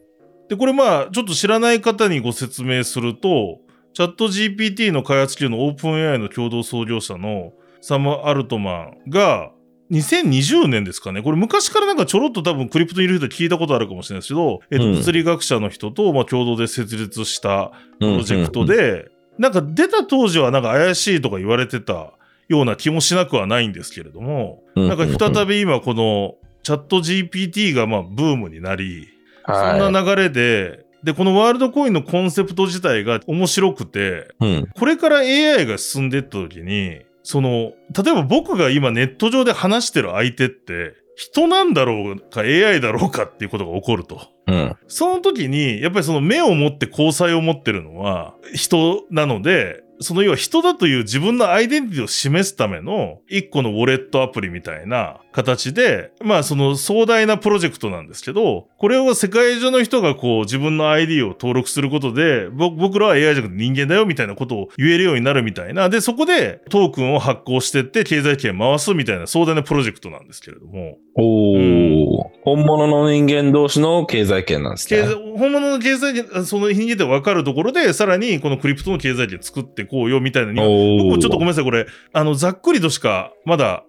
S1: で、これまあ、ちょっと知らない方にご説明すると、チャット GPT の開発機のオープン AI の共同創業者のサム・アルトマンが、2020年ですかね。これ昔からなんかちょろっと多分クリプトにいる人聞いたことあるかもしれないですけど、えっと、
S2: うん
S1: 物理学者の人と、まあ、共同で設立した
S2: プ
S1: プロジェクトで、なんか出た当時はなんか怪しいとか言われてたような気もしなくはないんですけれども、なんか再び今このチャット GPT がまあブームになり、そんな流れで、で、このワールドコインのコンセプト自体が面白くて、
S2: うん。
S1: これから AI が進んでいった時に、その、例えば僕が今ネット上で話してる相手って、人なんだろうか AI だろうかっていうことが起こると。
S2: うん。
S1: その時に、やっぱりその目を持って交際を持ってるのは人なので、その要は人だという自分のアイデンティティを示すための一個のウォレットアプリみたいな形で、まあその壮大なプロジェクトなんですけど、これを世界中の人がこう自分の ID を登録することで、ぼ僕らは AI じゃなくて人間だよみたいなことを言えるようになるみたいな、で、そこでトークンを発行してって経済圏回すみたいな壮大なプロジェクトなんですけれども、
S2: おー。本物の人間同士の経済圏なんです
S1: 経
S2: ね。
S1: 済本物の経済圏、その日に出て分かるところで、さらにこのクリプトの経済圏作ってこうよみたいなには
S2: おー
S1: 僕ちょっとごめんなさい、これ、あの、ざっくりとしか、まだ、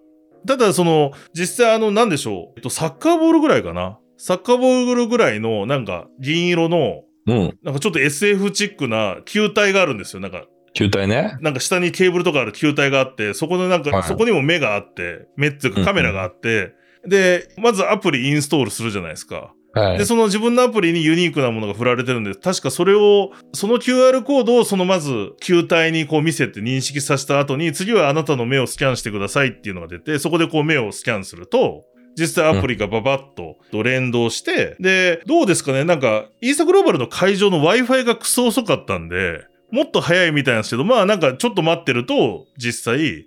S1: ただその、実際あの、なんでしょう、えっと、サッカーボールぐらいかな。サッカーボールぐらいの、なんか、銀色の、
S2: うん。
S1: なんかちょっと SF チックな球体があるんですよ。なんか、
S2: 球体ね。
S1: なんか下にケーブルとかある球体があって、そこのなんか、
S2: はい
S1: そこにも目があって、目っていうかカメラがあって、で、まずアプリインストールするじゃないですか。
S2: はい
S1: で、。その自分のアプリにユニークなものが振られてるんで、確かそれを、その QR コードをそのまず球体にこう見せて認識させた後に、次はあなたの目をスキャンしてくださいっていうのが出て、そこでこう目をスキャンすると、実際アプリがババッとと連動して、で、どうですかねなんか、イーサグローバルの会場の Wi-Fi がクソ遅かったんで、もっと早いみたいなんですけど、まあなんかちょっと待ってると、実際、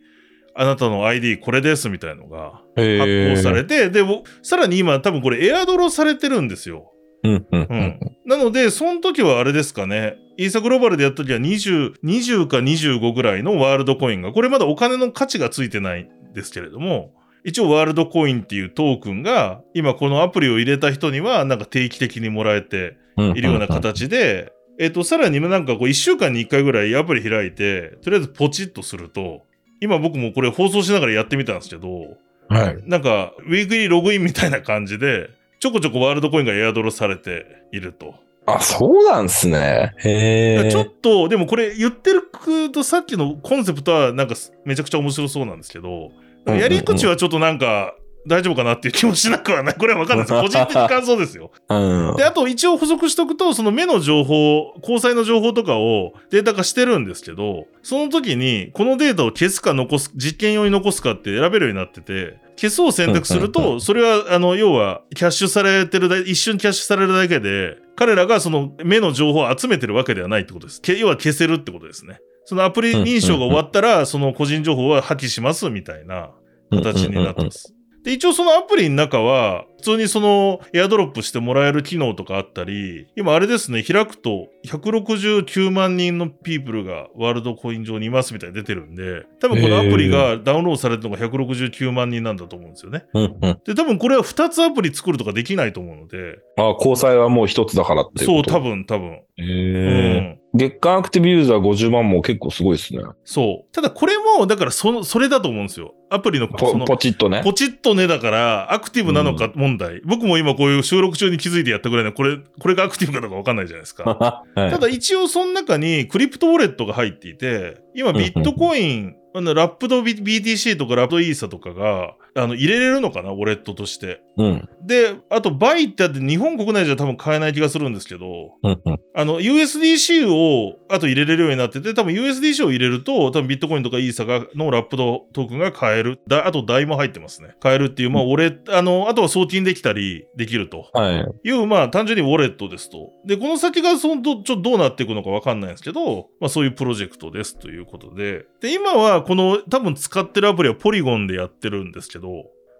S1: あなたの ID これですみたいのが発行されて、で、ぼさらに今多分これエアドロされてるんですよ。
S2: うんうん
S1: う
S2: うんん。
S1: なので、その時はあれですかね。イーサグローバルでやった時は20、20か25ぐらいのワールドコインが、これまだお金の価値がついてないんですけれども、一応ワールドコインっていうトークンが、今このアプリを入れた人には、なんか定期的にもらえて、
S2: うん
S1: いるような。形で、えっと、さらになんかこう、1週間に1回ぐらいアプリ開いて、とりあえずポチッとすると、今僕もこれ放送しながらやってみたんですけど、
S2: はい。
S1: なんか、ウィークリーログインみたいな感じで、ちょこちょこワールドコインがエアドロされていると。
S2: あ、そうなんですね。へ
S1: だから
S2: え。
S1: ちょっと、でもこれ言ってるとさっきのコンセプトはなんかすめちゃくちゃ面白そうなんですけど、
S2: うんうんうん
S1: やり口はちょっとなんか大丈夫かなっていう気もしなくはない。これはわかんないですよ。個人的感想ですよ。
S2: うん
S1: で、あと一応補足しとくと、その目の情報、交際の情報とかをデータ化してるんですけど、その時にこのデータを消すか残す、実験用に残すかって選べるようになってて、消すを選択する
S2: うんうんう
S1: と、それは、あの、要は、キャッシュされてるだ、一瞬キャッシュされるだけで、彼らがその目の情報を集めてるわけではないってことです。け要は消せるってことですね。そのアプリ認証が終わったら、その個人情報は破棄しますみたいな。形になってます。で、一応そのアプリの中は、普通にその、エアドロップしてもらえる機能とかあったり、今あれですね、開くと169万人のピープルがワールドコイン上にいますみたいに出てるんで、多分このアプリがダウンロードされてるのが169万人なんだと思うんですよね。
S2: うんうんうん
S1: で、多分これは2つアプリ作るとかできないと思うので、
S2: あ、交際はもう一つだからっていう
S1: そう、
S2: こと。
S1: 多分、多分。
S2: へ
S1: う
S2: え。
S1: ん。
S2: 月間アクティブユーザー50万も結構すごいですね。
S1: そう。ただこれも、だからその、それだと思うんですよ。アプリの、そ
S2: ポ
S1: の、
S2: ポチッと ね。
S1: ポチッとねだから、アクティブなのか問題、僕も今こういう収録中に気づいてやったぐらいの、これ、これがアクティブかどうかわかんないじゃないです か。
S2: はい
S1: ただ一応その中にクリプトウォレットが入っていて、今ビットコイン、あのラップド B- BTC とかラップドイーサとかが、あの、入れれるのかな、ウォレットとして。
S2: うん。
S1: で、あとバイってあって日本国内じゃ多分買えない気がするんですけど、
S2: うんうん
S1: あの、USDC を、あと入れれるようになってて、多分 USDC を入れると、多分ビットコインとかイーサが、のラップドトークンが買える。だあと、代も入ってますね。買えるっていう、まあ、俺、あの、あとは送金できたり、できると
S2: はい。
S1: いう、まあ、単純にウォレットですと。で、この先が、その、どちょっとどうなっていくのかわかんないんですけど、まあ、そういうプロジェクトですということで。で、今は、この、多分使ってるアプリはポリゴンでやってるんですけど、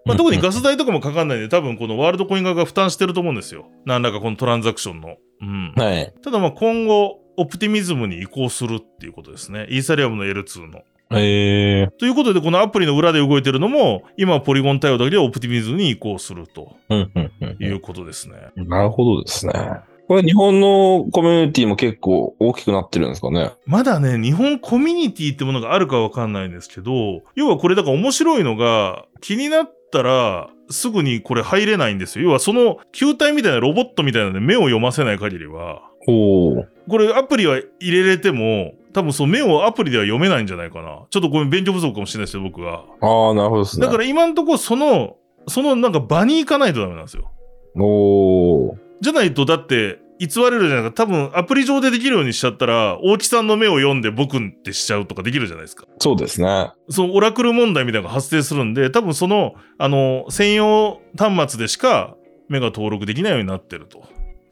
S1: まあ、特にガス代とかもかかんないんで、多分このワールドコイン側が負担してると思うんですよ。何らかこのトランザクションの。うん。
S2: はい。
S1: ただまあ今後、オプティミズムに移行するっていうことですね。イーサリアムの L2 の。
S2: えー。
S1: ということで、このアプリの裏で動いてるのも、今はポリゴン対応だけでオプティミズムに移行すると
S2: うんうんうん
S1: いうことですね。
S2: うん。なるほどですね。これ日本のコミュニティも結構大きくなってるんですかね。
S1: まだね、日本コミュニティってものがあるかわかんないんですけど、要はこれだから面白いのが、気になったら、すぐにこれ入れないんですよ。要はその球体みたいなロボットみたいなので目を読ませない限りは、
S2: おお。
S1: これアプリは入れれても、多分そう目をアプリでは読めないんじゃないかな。ちょっとごめん、勉強不足かもしれないですよ、僕が。
S2: ああ、なるほどですね。
S1: だから今んとこその、そのなんか場に行かないとダメなんですよ。
S2: おお。
S1: じゃないとだって、偽れるじゃないか。多分アプリ上でできるようにしちゃったら、大木さんの目を読んで僕ってしちゃうとかできるじゃないですか。
S2: そうですね。
S1: そのオラクル問題みたいなのが発生するんで、多分その、あの、専用端末でしか目が登録できないようになってると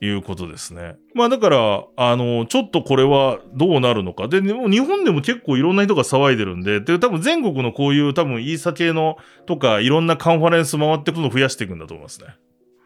S1: いうことですね。まあだから、あの、ちょっとこれはどうなるのか。で、でも日本でも結構いろんな人が騒いでるんで、で、多分全国のこういう多分イーサ系のとか、いろんなカンファレンス回ってくのを増やしていくんだと思いますね。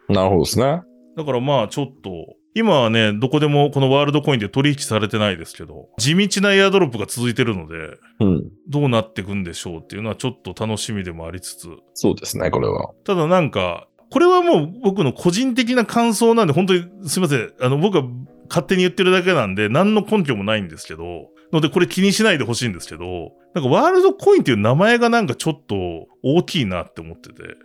S2: なるほどですね。
S1: だからまあちょっと、今はね、どこでもこのワールドコインで取引されてないですけど、地道なエアドロップが続いてるので、
S2: うん。
S1: どうなっていくんでしょうっていうのはちょっと楽しみでもありつつ、
S2: そうですね、これは。
S1: ただなんか、これはもう僕の個人的な感想なんで、本当にすいません。あの、僕は勝手に言ってるだけなんで、何の根拠もないんですけど、のでこれ気にしないでほしいんですけど、なんかワールドコインっていう名前がなんかちょっと大きいなって思ってて。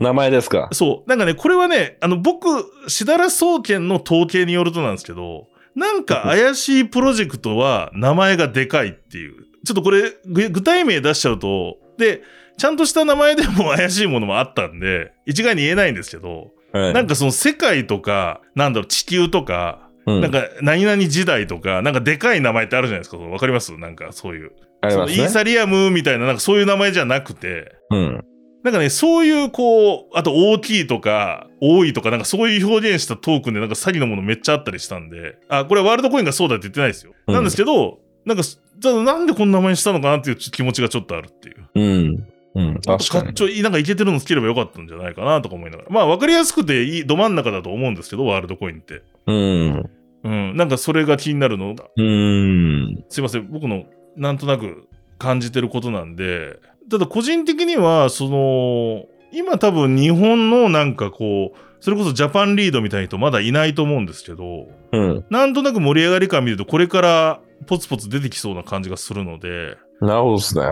S2: 名前ですか。
S1: そう。なんかね、これはね、あの、僕、しだら総研の統計によるとなんですけど、なんか怪しいプロジェクトは名前がでかいっていう。ちょっとこれ、ぐ具体名出しちゃうと、で、ちゃんとした名前でも怪しいものもあったんで、一概に言えないんですけど、
S2: はい
S1: なんかその世界とか、なんだろう、地球とか、
S2: うん
S1: なんか何々時代とか、なんかでかい名前ってあるじゃないですか。そのわかりますなんかそういう。
S2: あり
S1: そ
S2: ま
S1: のイー
S2: すね。
S1: サリアムみたいな、なんかそういう名前じゃなくて、
S2: うん。
S1: なんかね、そういうこう、あと大きいとか、多いとか、なんかそういう表現したトークンで、なんか詐欺のものめっちゃあったりしたんで、あ、これはワールドコインがそうだって言ってないですよ。
S2: うん
S1: なんですけど、なんか、ただなんでこんな名前にしたのかなっていう気持ちがちょっとあるっていう。
S2: うん。うん。確か
S1: かっ
S2: に。
S1: ちょいい、なんかいけてるのつければよかったんじゃないかなとか思いながら。まあ、わかりやすくていい、ど真ん中だと思うんですけど、ワールドコインって。
S2: うん。
S1: うん、なんかそれが気になるの
S2: うん。
S1: すいません僕のなんとなく感じてることなんでただ個人的にはその今多分日本のなんかこうそれこそジャパンリードみたいな人まだいないと思うんですけど
S2: うん。
S1: なんとなく盛り上がり感見るとこれからポツポツ出てきそうな感じがするので
S2: なるほどですね。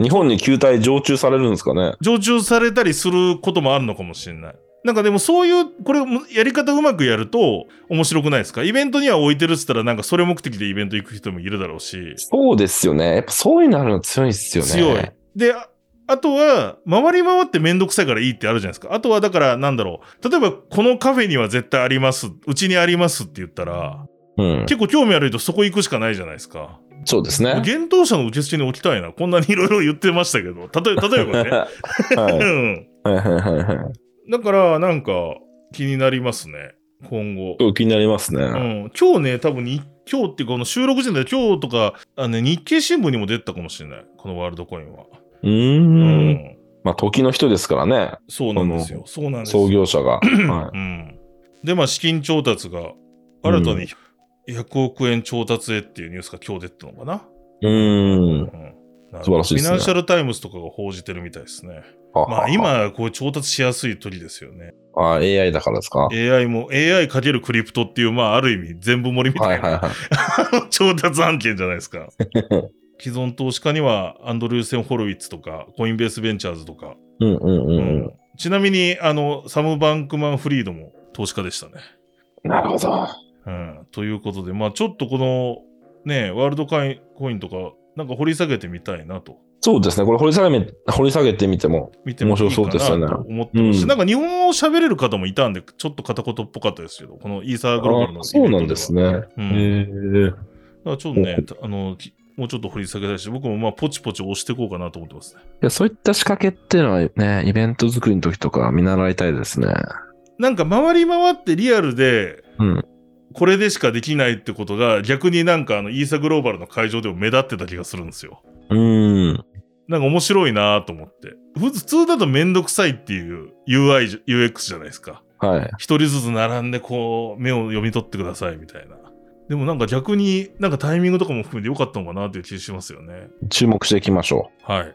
S2: 日本に球体常駐されるんですかね。
S1: 常駐されたりすることもあるのかもしれない。なんかでもそういう、これもやり方うまくやると面白くないですかイベントには置いてるっつったらなんかそれ目的でイベント行く人もいるだろうし。
S2: そうですよね。やっぱそういうのあるの強いですよね。
S1: 強い。。で、ああとは、回り回ってめんどくさいからいいってあるじゃないですか。あとは、だから、なんだろう。例えば、このカフェには絶対あります。うちにありますって言ったら、
S2: うん。
S1: 結構興味ある人そこ行くしかないじゃないですか。
S2: そうですね。
S1: 幻冬者の受付に置きたいな。こんなにいろいろ言ってましたけど。例 え例えばね。うん。
S2: はい。はいはいはいはい。
S1: だから、なんか、気になりますね。今後
S2: ち。ょっと気になりますね。
S1: うん、今日ね、多分に、今日っていうか、この収録時点で今日とか、あのね、日経新聞にも出てたかもしれない。このワールドコインは。
S2: うー。。
S1: うん
S2: まあ、時の人ですからね。
S1: そうなんですよ。そうなんですよ
S2: 創。業者 が。は
S1: うん、で、まあ、資金調達が新たに100億円調達へっていうニュースが今日出てたのかな。
S2: い。うーん。
S1: うんなるほど
S2: 素晴らしいですね
S1: フィナンシャルタイムズとかが報じてるみたいですね。まあ、今、こう調達しやすい時ですよね。
S2: あ AI だからですか。はい
S1: AI も、AI かけるクリプトっていう、まあ、ある意味、全部盛りみた
S2: はい
S1: いな、
S2: は
S1: 調達案件じゃないです か。既存投資家には、アンドリューセン・ホロウィッツとか、コインベースベンチャーズとか、
S2: い。うんうんうんう
S1: ちなみに、あの、サム・バンクマン・フリードも投資家でしたね。
S2: ん。なるほど。
S1: うん、ということで、まあちょっとこのね、ワールドカインコインとか、なんか掘り下げてみたいなと。
S2: そうですね。これ掘り下げめ、掘り下げてみても。
S1: 見てもいいか
S2: 面白そうで
S1: な
S2: した
S1: と
S2: ね
S1: 思ってますし、
S2: うん
S1: なんか日本語を喋れる方もいたんで、ちょっと片言っぽかったですけど、このイーサーグローバルの
S2: あそうなんですね。へ
S1: イベントでは。うん、だ
S2: え。
S1: からちょっとね、あの、きもうちょっと掘り下げたいし、僕もまあポチポチ押していこうかなと思ってますね。
S2: いやそういった仕掛けっていうのはね、イベント作りの時とか見習いたいですね。
S1: なんか回り回ってリアルで、
S2: うん。
S1: これでしかできないってことが、逆になんかあの、イーサーグローバルの会場でも目立ってた気がするんですよ。
S2: うん。
S1: なんか面白いなと思って。普通だとめんどくさいっていう UI じ、UX じゃないですか。
S2: はい。
S1: 一人ずつ並んでこう、目を読み取ってくださいみたいな。でもなんか逆になんかタイミングとかも含めて良かったのかなっていう気がしますよね。
S2: 注目していきましょ
S1: はい。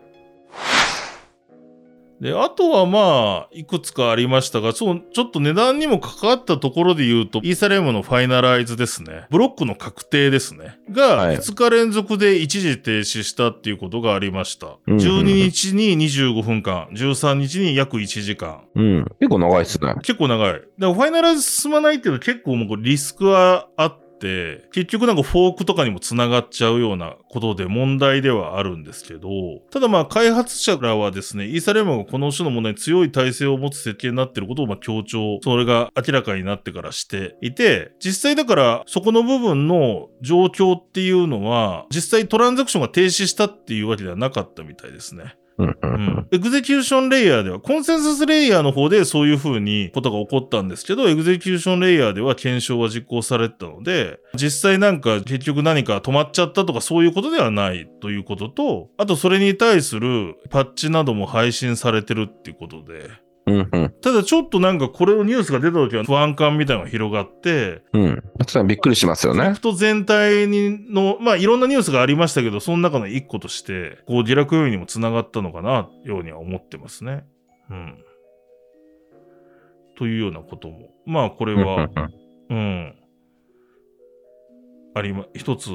S1: で、あとはまあ、いくつかありましたが、そう、ちょっと値段にも関わったところで言うと、イーサリアムのファイナライズですね。ブロックの確定ですね。
S2: は
S1: が、
S2: い
S1: 2日連続で一時停止したっていうことがありました。
S2: うんうん
S1: 12日に25分間、13日に約1時間。
S2: うん。結構長いっすね。
S1: 結構長い。だからファイナライズ進まないっていうのは結構もうこれリスクはあって、結局なんかフォークとかにも繋がっちゃうようなことで問題ではあるんですけど、ただまあ開発者らはですね、イーサリアムがこの種の問題に強い体制を持つ設計になっていることをまあ強調、それが明らかになってからしていて、実際だからそこの部分の状況っていうのは、実際トランザクションが停止したっていうわけではなかったみたいですね。
S2: うんうんう
S1: うんん。エグゼキューションレイヤーでは、コンセンサスレイヤーの方でそういう風にことが起こったんですけど、エグゼキューションレイヤーでは検証は実行されてたので、実際なんか結局何か止まっちゃったとかそういうことではないということと、あとそれに対するパッチなども配信されてるっていうことで、
S2: うんうん。
S1: ただちょっとなんかこれのニュースが出た時は不安感みたいなのが広がって、
S2: うん。確かにびっくりしますよ
S1: クリ
S2: ね
S1: プ。ト全体にの、まあいろんなニュースがありましたけど、その中の一個として、こう下落要因にもつながったのかな、ようには思ってますね。うん。というようなことも。まあこれ
S2: うんうん
S1: は、
S2: う
S1: う
S2: ん
S1: ん。ありま、一つ、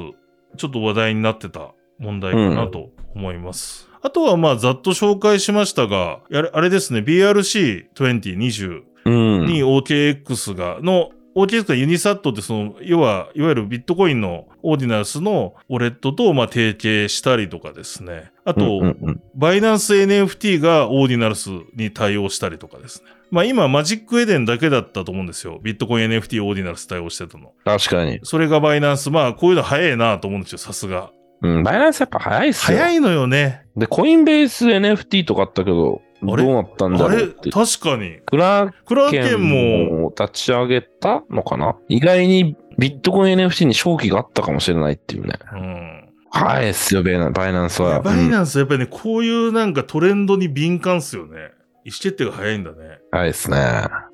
S1: ちょっと話題になってた問題かなと思います。あとはまあざっと紹介しましたが、やれあれですね、BRC2020
S2: うん。
S1: に OKX が、の、OKX がユニサットってその、要は、いわゆるビットコインのオーディナンスのウォレットと、まあ、提携したりとかですね。あと、
S2: うんうん
S1: バイナンス NFT がオーディナルスに対応したりとかですね。まあ今、マジックエデンだけだったと思うんですよ。ビットコイン NFT オーディナルス対応してたの。
S2: 確かに。
S1: それがバイナンス。まあこういうの早いなと思うんですよ、さすが。
S2: うん。バイナンスやっぱ早いっすよ。
S1: 早いのよね。
S2: で、コインベース NFT とかあったけど、ど
S1: あ
S2: う
S1: れ
S2: なったんだ
S1: あ
S2: ろう
S1: れ、
S2: って
S1: 確。かに。
S2: クラー
S1: クラー
S2: ケ
S1: ケン
S2: ン
S1: も、
S2: も立ち上げたのかな意外にビットコイン NFT に勝機があったかもしれないっていうね。
S1: うん。
S2: はいっすよ、ベイナバイナンス
S1: いや
S2: は。
S1: バイ
S2: うん
S1: ナンスやっぱりね、こういうなんかトレンドに敏感っすよね。意思決定が早いんだね。
S2: はいっすね。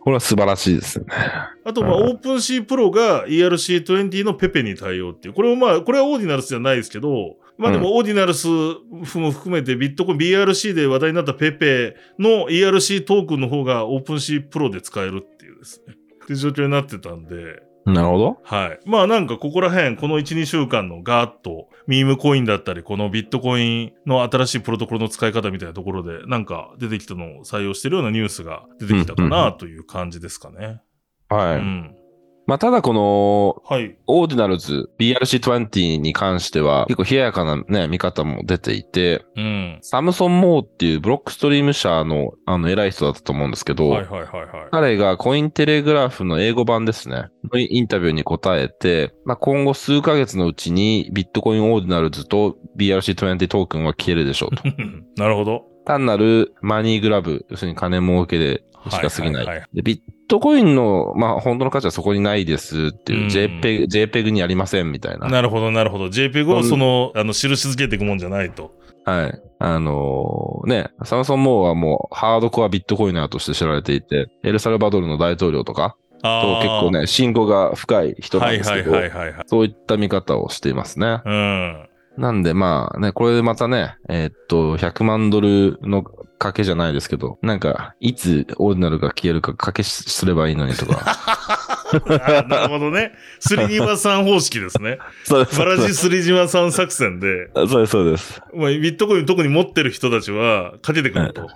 S2: これは素晴らしいですよね。
S1: あと、まあ、
S2: う
S1: オ
S2: ん
S1: ープンシープロが ERC20 のペペに対応っていう。これもまあ、これはオーディナルスじゃないですけど、まあでもオーディナルスも含めてビットコイン BRC で話題になったペペの ERC トークンの方がオープンシープロで使えるっていうですね。っていう状況になってたんで、
S2: なるほど。
S1: はい。まあなんかここら辺、この1、2週間のガーッと、ミームコインだったり、このビットコインの新しいプロトコルの使い方みたいなところで、なんか出てきたのを採用してるようなニュースが出てきたかなという感じですかね。
S2: は
S1: う
S2: い。
S1: ん。
S2: まあ、ただこの、
S1: はい。
S2: オーディナルズ BRC20 に関しては結構冷ややかなね、見方も出ていて、
S1: うん。
S2: サムソン・モーっていうブロックストリーム社のあの偉い人だったと思うんですけど、
S1: はいはいはいはい。
S2: 彼がコインテレグラフの英語版ですね、のインタビューに答えて、まあ、今後数ヶ月のうちにビットコインオーディナルズと BRC20 トークンは消えるでしょ うと。
S1: なるほど。
S2: 単なるマニーグラブ、要するに金儲けでしか過ぎない。
S1: はいはいはい
S2: でビットコインの、まあ、本当の価値はそこにないですってい
S1: う
S2: う、
S1: ん
S2: JPEG, JPEG にありませんみたいな。
S1: なるほどなるほど。JPEG
S2: う
S1: を
S2: ん
S1: その、あの、印付けていくもんじゃないと。
S2: はい。あのーね、サムソン・モーはもうハードコアビットコイナーとして知られていて、エルサルバドルの大統領とかと
S1: あ
S2: 結構
S1: ね、
S2: ね、信仰が深い人な
S1: は
S2: ん
S1: い
S2: です
S1: は
S2: け
S1: い
S2: ど、
S1: はいはいはい。
S2: そういった見方をしていますね。
S1: うん。
S2: なんでまあね、これでまたね、えーっと、100万ドルの賭けじゃないですけど、なんか、いつオーディナルが消えるか賭けしすればいいのに とか。
S1: あなるほどね。スリニワさん方式です ね。
S2: そうです
S1: バラジスリジマさん作戦で、
S2: そうです、そうです。
S1: まあ、ビットコイン特に持ってる人たちはかけてくると。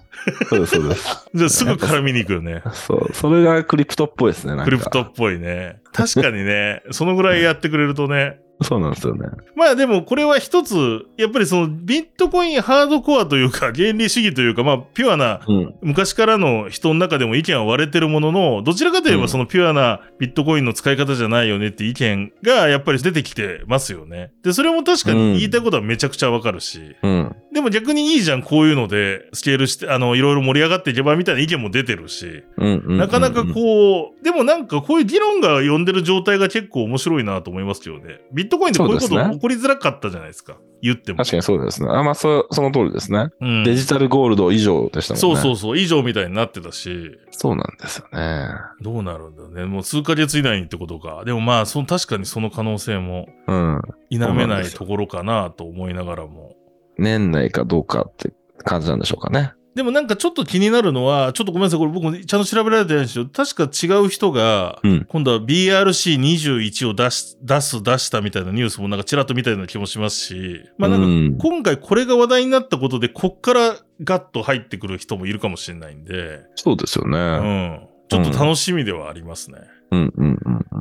S2: そうです、そうです。
S1: じゃあすぐ絡みに行くよね。
S2: そう、それがクリプトっぽいですね、なんか。
S1: クリプトっぽい ね。確かにね、そのぐらいやってくれるとね。
S2: そうなんですよね。
S1: まあでもこれは一つ、やっぱりそのビットコインハードコアというか原理主義というか、まあピュアな
S2: うん。
S1: 昔からの人の中でも意見は割れてるものの、どちらかといえ
S2: う
S1: ば
S2: ん
S1: そのピュアなビットコインの使い方じゃないよねって意見がやっぱり出てきてますよね。で、それも確か
S2: うん
S1: に言いたいことはめちゃくちゃわかるし、
S2: うん。
S1: でも逆にいいじゃん、こういうのでスケールして、あの、いろいろ盛り上がっていけばみたいな意見も出てるし、
S2: うんうん。うん
S1: なかなかこう、でもなんかこういう議論が呼んでる状態が結構面白いなと思いますけどね。ビットコインってこういうこ
S2: そ
S1: と
S2: うですね
S1: 起こりづらかったじゃないですか。言っても。
S2: 確かにそうですね。あ、まあ、そ、その通りですね。
S1: うん
S2: デジタルゴールド以上でしたもん
S1: そ
S2: ね。。
S1: うそううそう、以上みたいになってたし。
S2: そうなんですよね。
S1: どうなるんだろうね。もう数ヶ月以内にってことか。でもまあ、その確かにその可能性も
S2: うん。
S1: 否め
S2: そうなん
S1: な
S2: で
S1: い
S2: すよ
S1: ところかなと思いながらも。
S2: 年内かどうかって感じなんでしょうかね。
S1: でもなんかちょっと気になるのは、ちょっとごめんなさい、これ僕ちゃんと調べられてないんですよ。確か違う人が、
S2: うん
S1: 今度は BRC21 を出し、出す、出したみたいなニュースもなんかちらっと見たような気もしますし、まあなんか
S2: うん
S1: 今回これが話題になったことで、こっからガッと入ってくる人もいるかもしれないんで、
S2: そうですよ
S1: う
S2: ね。
S1: ん。ちょっと楽しみではありますね。
S2: うんうんうん。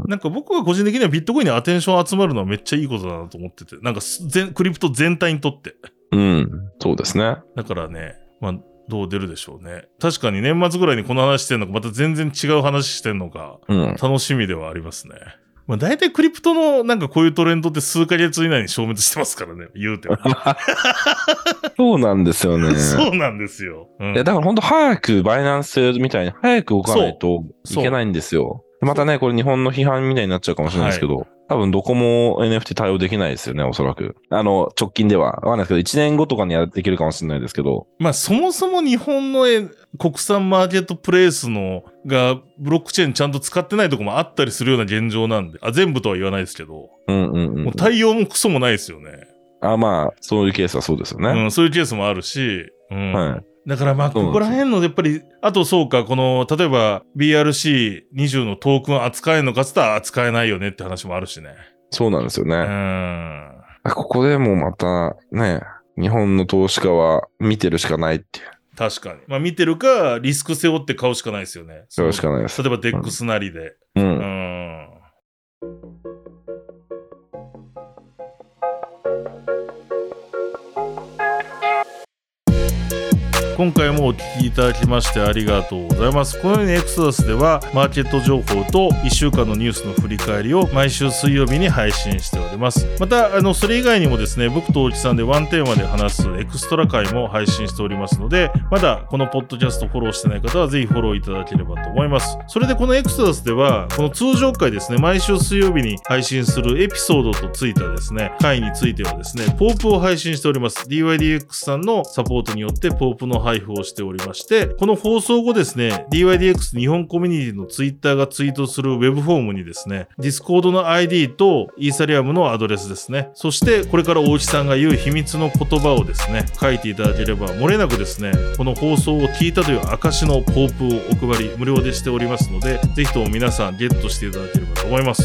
S1: なんか僕は個人的にはビットコインにアテンション集まるのはめっちゃいいことだなと思ってて、なんかす全クリプト全体にとって。
S2: うん、そうですね。
S1: だからね、まあ、どう出るでしょうね。確かに年末ぐらいにこの話してんのか、また全然違う話してんのか、
S2: うん。
S1: 楽しみではありますね。まあ、大体クリプトのなんかこういうトレンドって数ヶ月以内に消滅してますからね、言うて も。
S2: そうなんですよね。
S1: そうなんですよ。うん
S2: いや、だから本当早くバイナンスみたいに早く動かないとい
S1: そう
S2: けないんですよ。またね、これ日本の批判みたいになっちゃうかもしれないですけど、多分どこも NFT 対応できないですよね、おそらく。あの、直近では。わかんないですけど、1年後とかにやってできるかもしれないですけど、
S1: まあそもそも日本のえ国産マーケットプレイスのがブロックチェーンちゃんと使ってないとこもあったりするような現状なんで、あ、全部とは言わないですけど、
S2: うんうんう
S1: も
S2: ん
S1: う。対応もクソもないですよね。
S2: あまあ、そういうケースはそうですよね。
S1: うん、そういうケースもあるし、うん。
S2: はい。
S1: だからまあ、
S2: そうな
S1: こ
S2: んですよ
S1: こら辺の、やっぱり、あとそうか、この、例えば BRC20 のトークン扱えるのかっつったら扱えないよねって話もあるしね。
S2: そうなんですよ
S1: う
S2: ね。
S1: ん。
S2: ここでもうまた、ね、日本の投資家は見てるしかないっていう。
S1: 確かに。まあ見てるか、リスク背負って買うしかないですよね。
S2: それしかないです。
S1: 例えばデックスなりで。
S2: う。
S1: うんん。今回もお聞きいただきましてありがとうございます。このようにエクソダスではマーケット情報と1週間のニュースの振り返りを毎週水曜日に配信しております。また、あの、それ以外にもですね、僕と大木さんでワンテーマで話すエクストラ回も配信しておりますので、まだこのポッドキャストフォローしてない方はぜひフォローいただければと思います。それでこのエクストラスでは、この通常回ですね、毎週水曜日に配信するエピソードとついたですね、回についてはですね、ポープを配信しております。DYDX さんのサポートによってポープの配布をしておりまして、この放送後ですね、DYDX 日本コミュニティのツイッターがツイートするウェブフォームにですね、Discord の ID とイーサリアムのアドレスですね、そしてこれから大内さんが言う秘密の言葉をですね、書いていただければ、漏れなくですね、この放送を聞いたという証のポープをお配り無料でしておりますので、ぜひとも皆さんゲットしていただければと思います。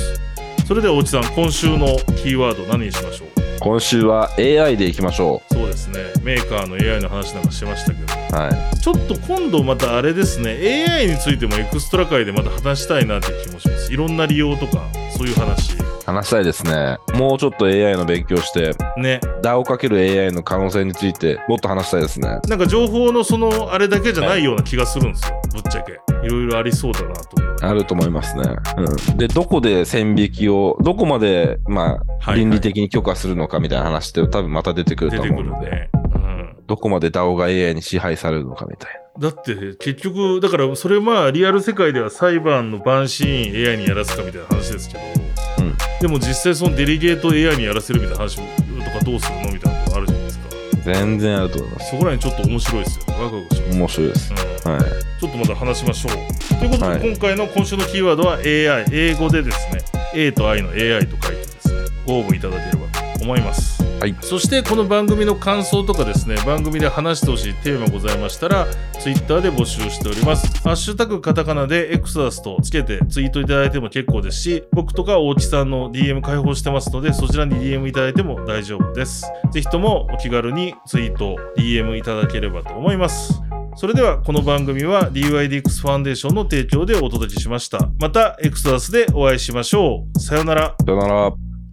S1: それでは大内さん、今週のキーワード何にしましょう
S2: 今週は AI でいきましょ
S1: そうですね、メーカーの AI の話なんかしましたけど、
S2: う。はい。
S1: ちょっと今度またあれですね、AI についてもエクストラ界でまた話したいなっていう気もします。いろんな利用とか、そういう話。
S2: 話したいですね。もうちょっと AI の勉強して、
S1: ね。
S2: DAO×AI の可能性についてもっと話したいですね。
S1: なんか情報のそのあれだけじゃないような気がするんですよ、ぶっちゃけ。いろいろありそうだなと思う。
S2: あると思いますね。うん、で、どこで線引きを、どこまで、まあ、
S1: はい
S2: 倫理的に許可するのかみたいな話って多分また出てくる
S1: 出
S2: と
S1: て
S2: 思
S1: く
S2: う
S1: る
S2: ので、
S1: ね。うん
S2: どこまで DAO が AI に支配されるのかみたい
S1: だって結局だからそれまあリアル世界では裁判のバンシーン AI にやらすかみたいな話ですけど、
S2: うん
S1: でも実際そのデリゲート AI にやらせるみたいな話とかどうするのみたいなことあるじゃないですか
S2: な。全然あると思います。
S1: そこら辺ちょっと面白いですよワクワクします、
S2: 面白いです。
S1: うん
S2: はい。
S1: ちょっとまた話しましょう。ということで、
S2: はい
S1: 今回の今週のキーワードは AI、英語でですね、A と I の AI と書いてですね、ご応募いただければと思います。
S2: はい
S1: そしてこの番組の感想とかですね、番組で話してほしいテーマございましたら、Twitter で募集しております。ハッシュタグカタカナでエクサスとつけてツイートいただいても結構ですし、僕とか大木さんの DM 開放してますので、そちらに DM いただいても大丈夫です。ぜひともお気軽にツイート、DM いただければと思います。それではこの番組は DYDX ファンデーションの提供でお届けしました。またエクソダスでお会いしましょう。さようなら。
S2: さよなら。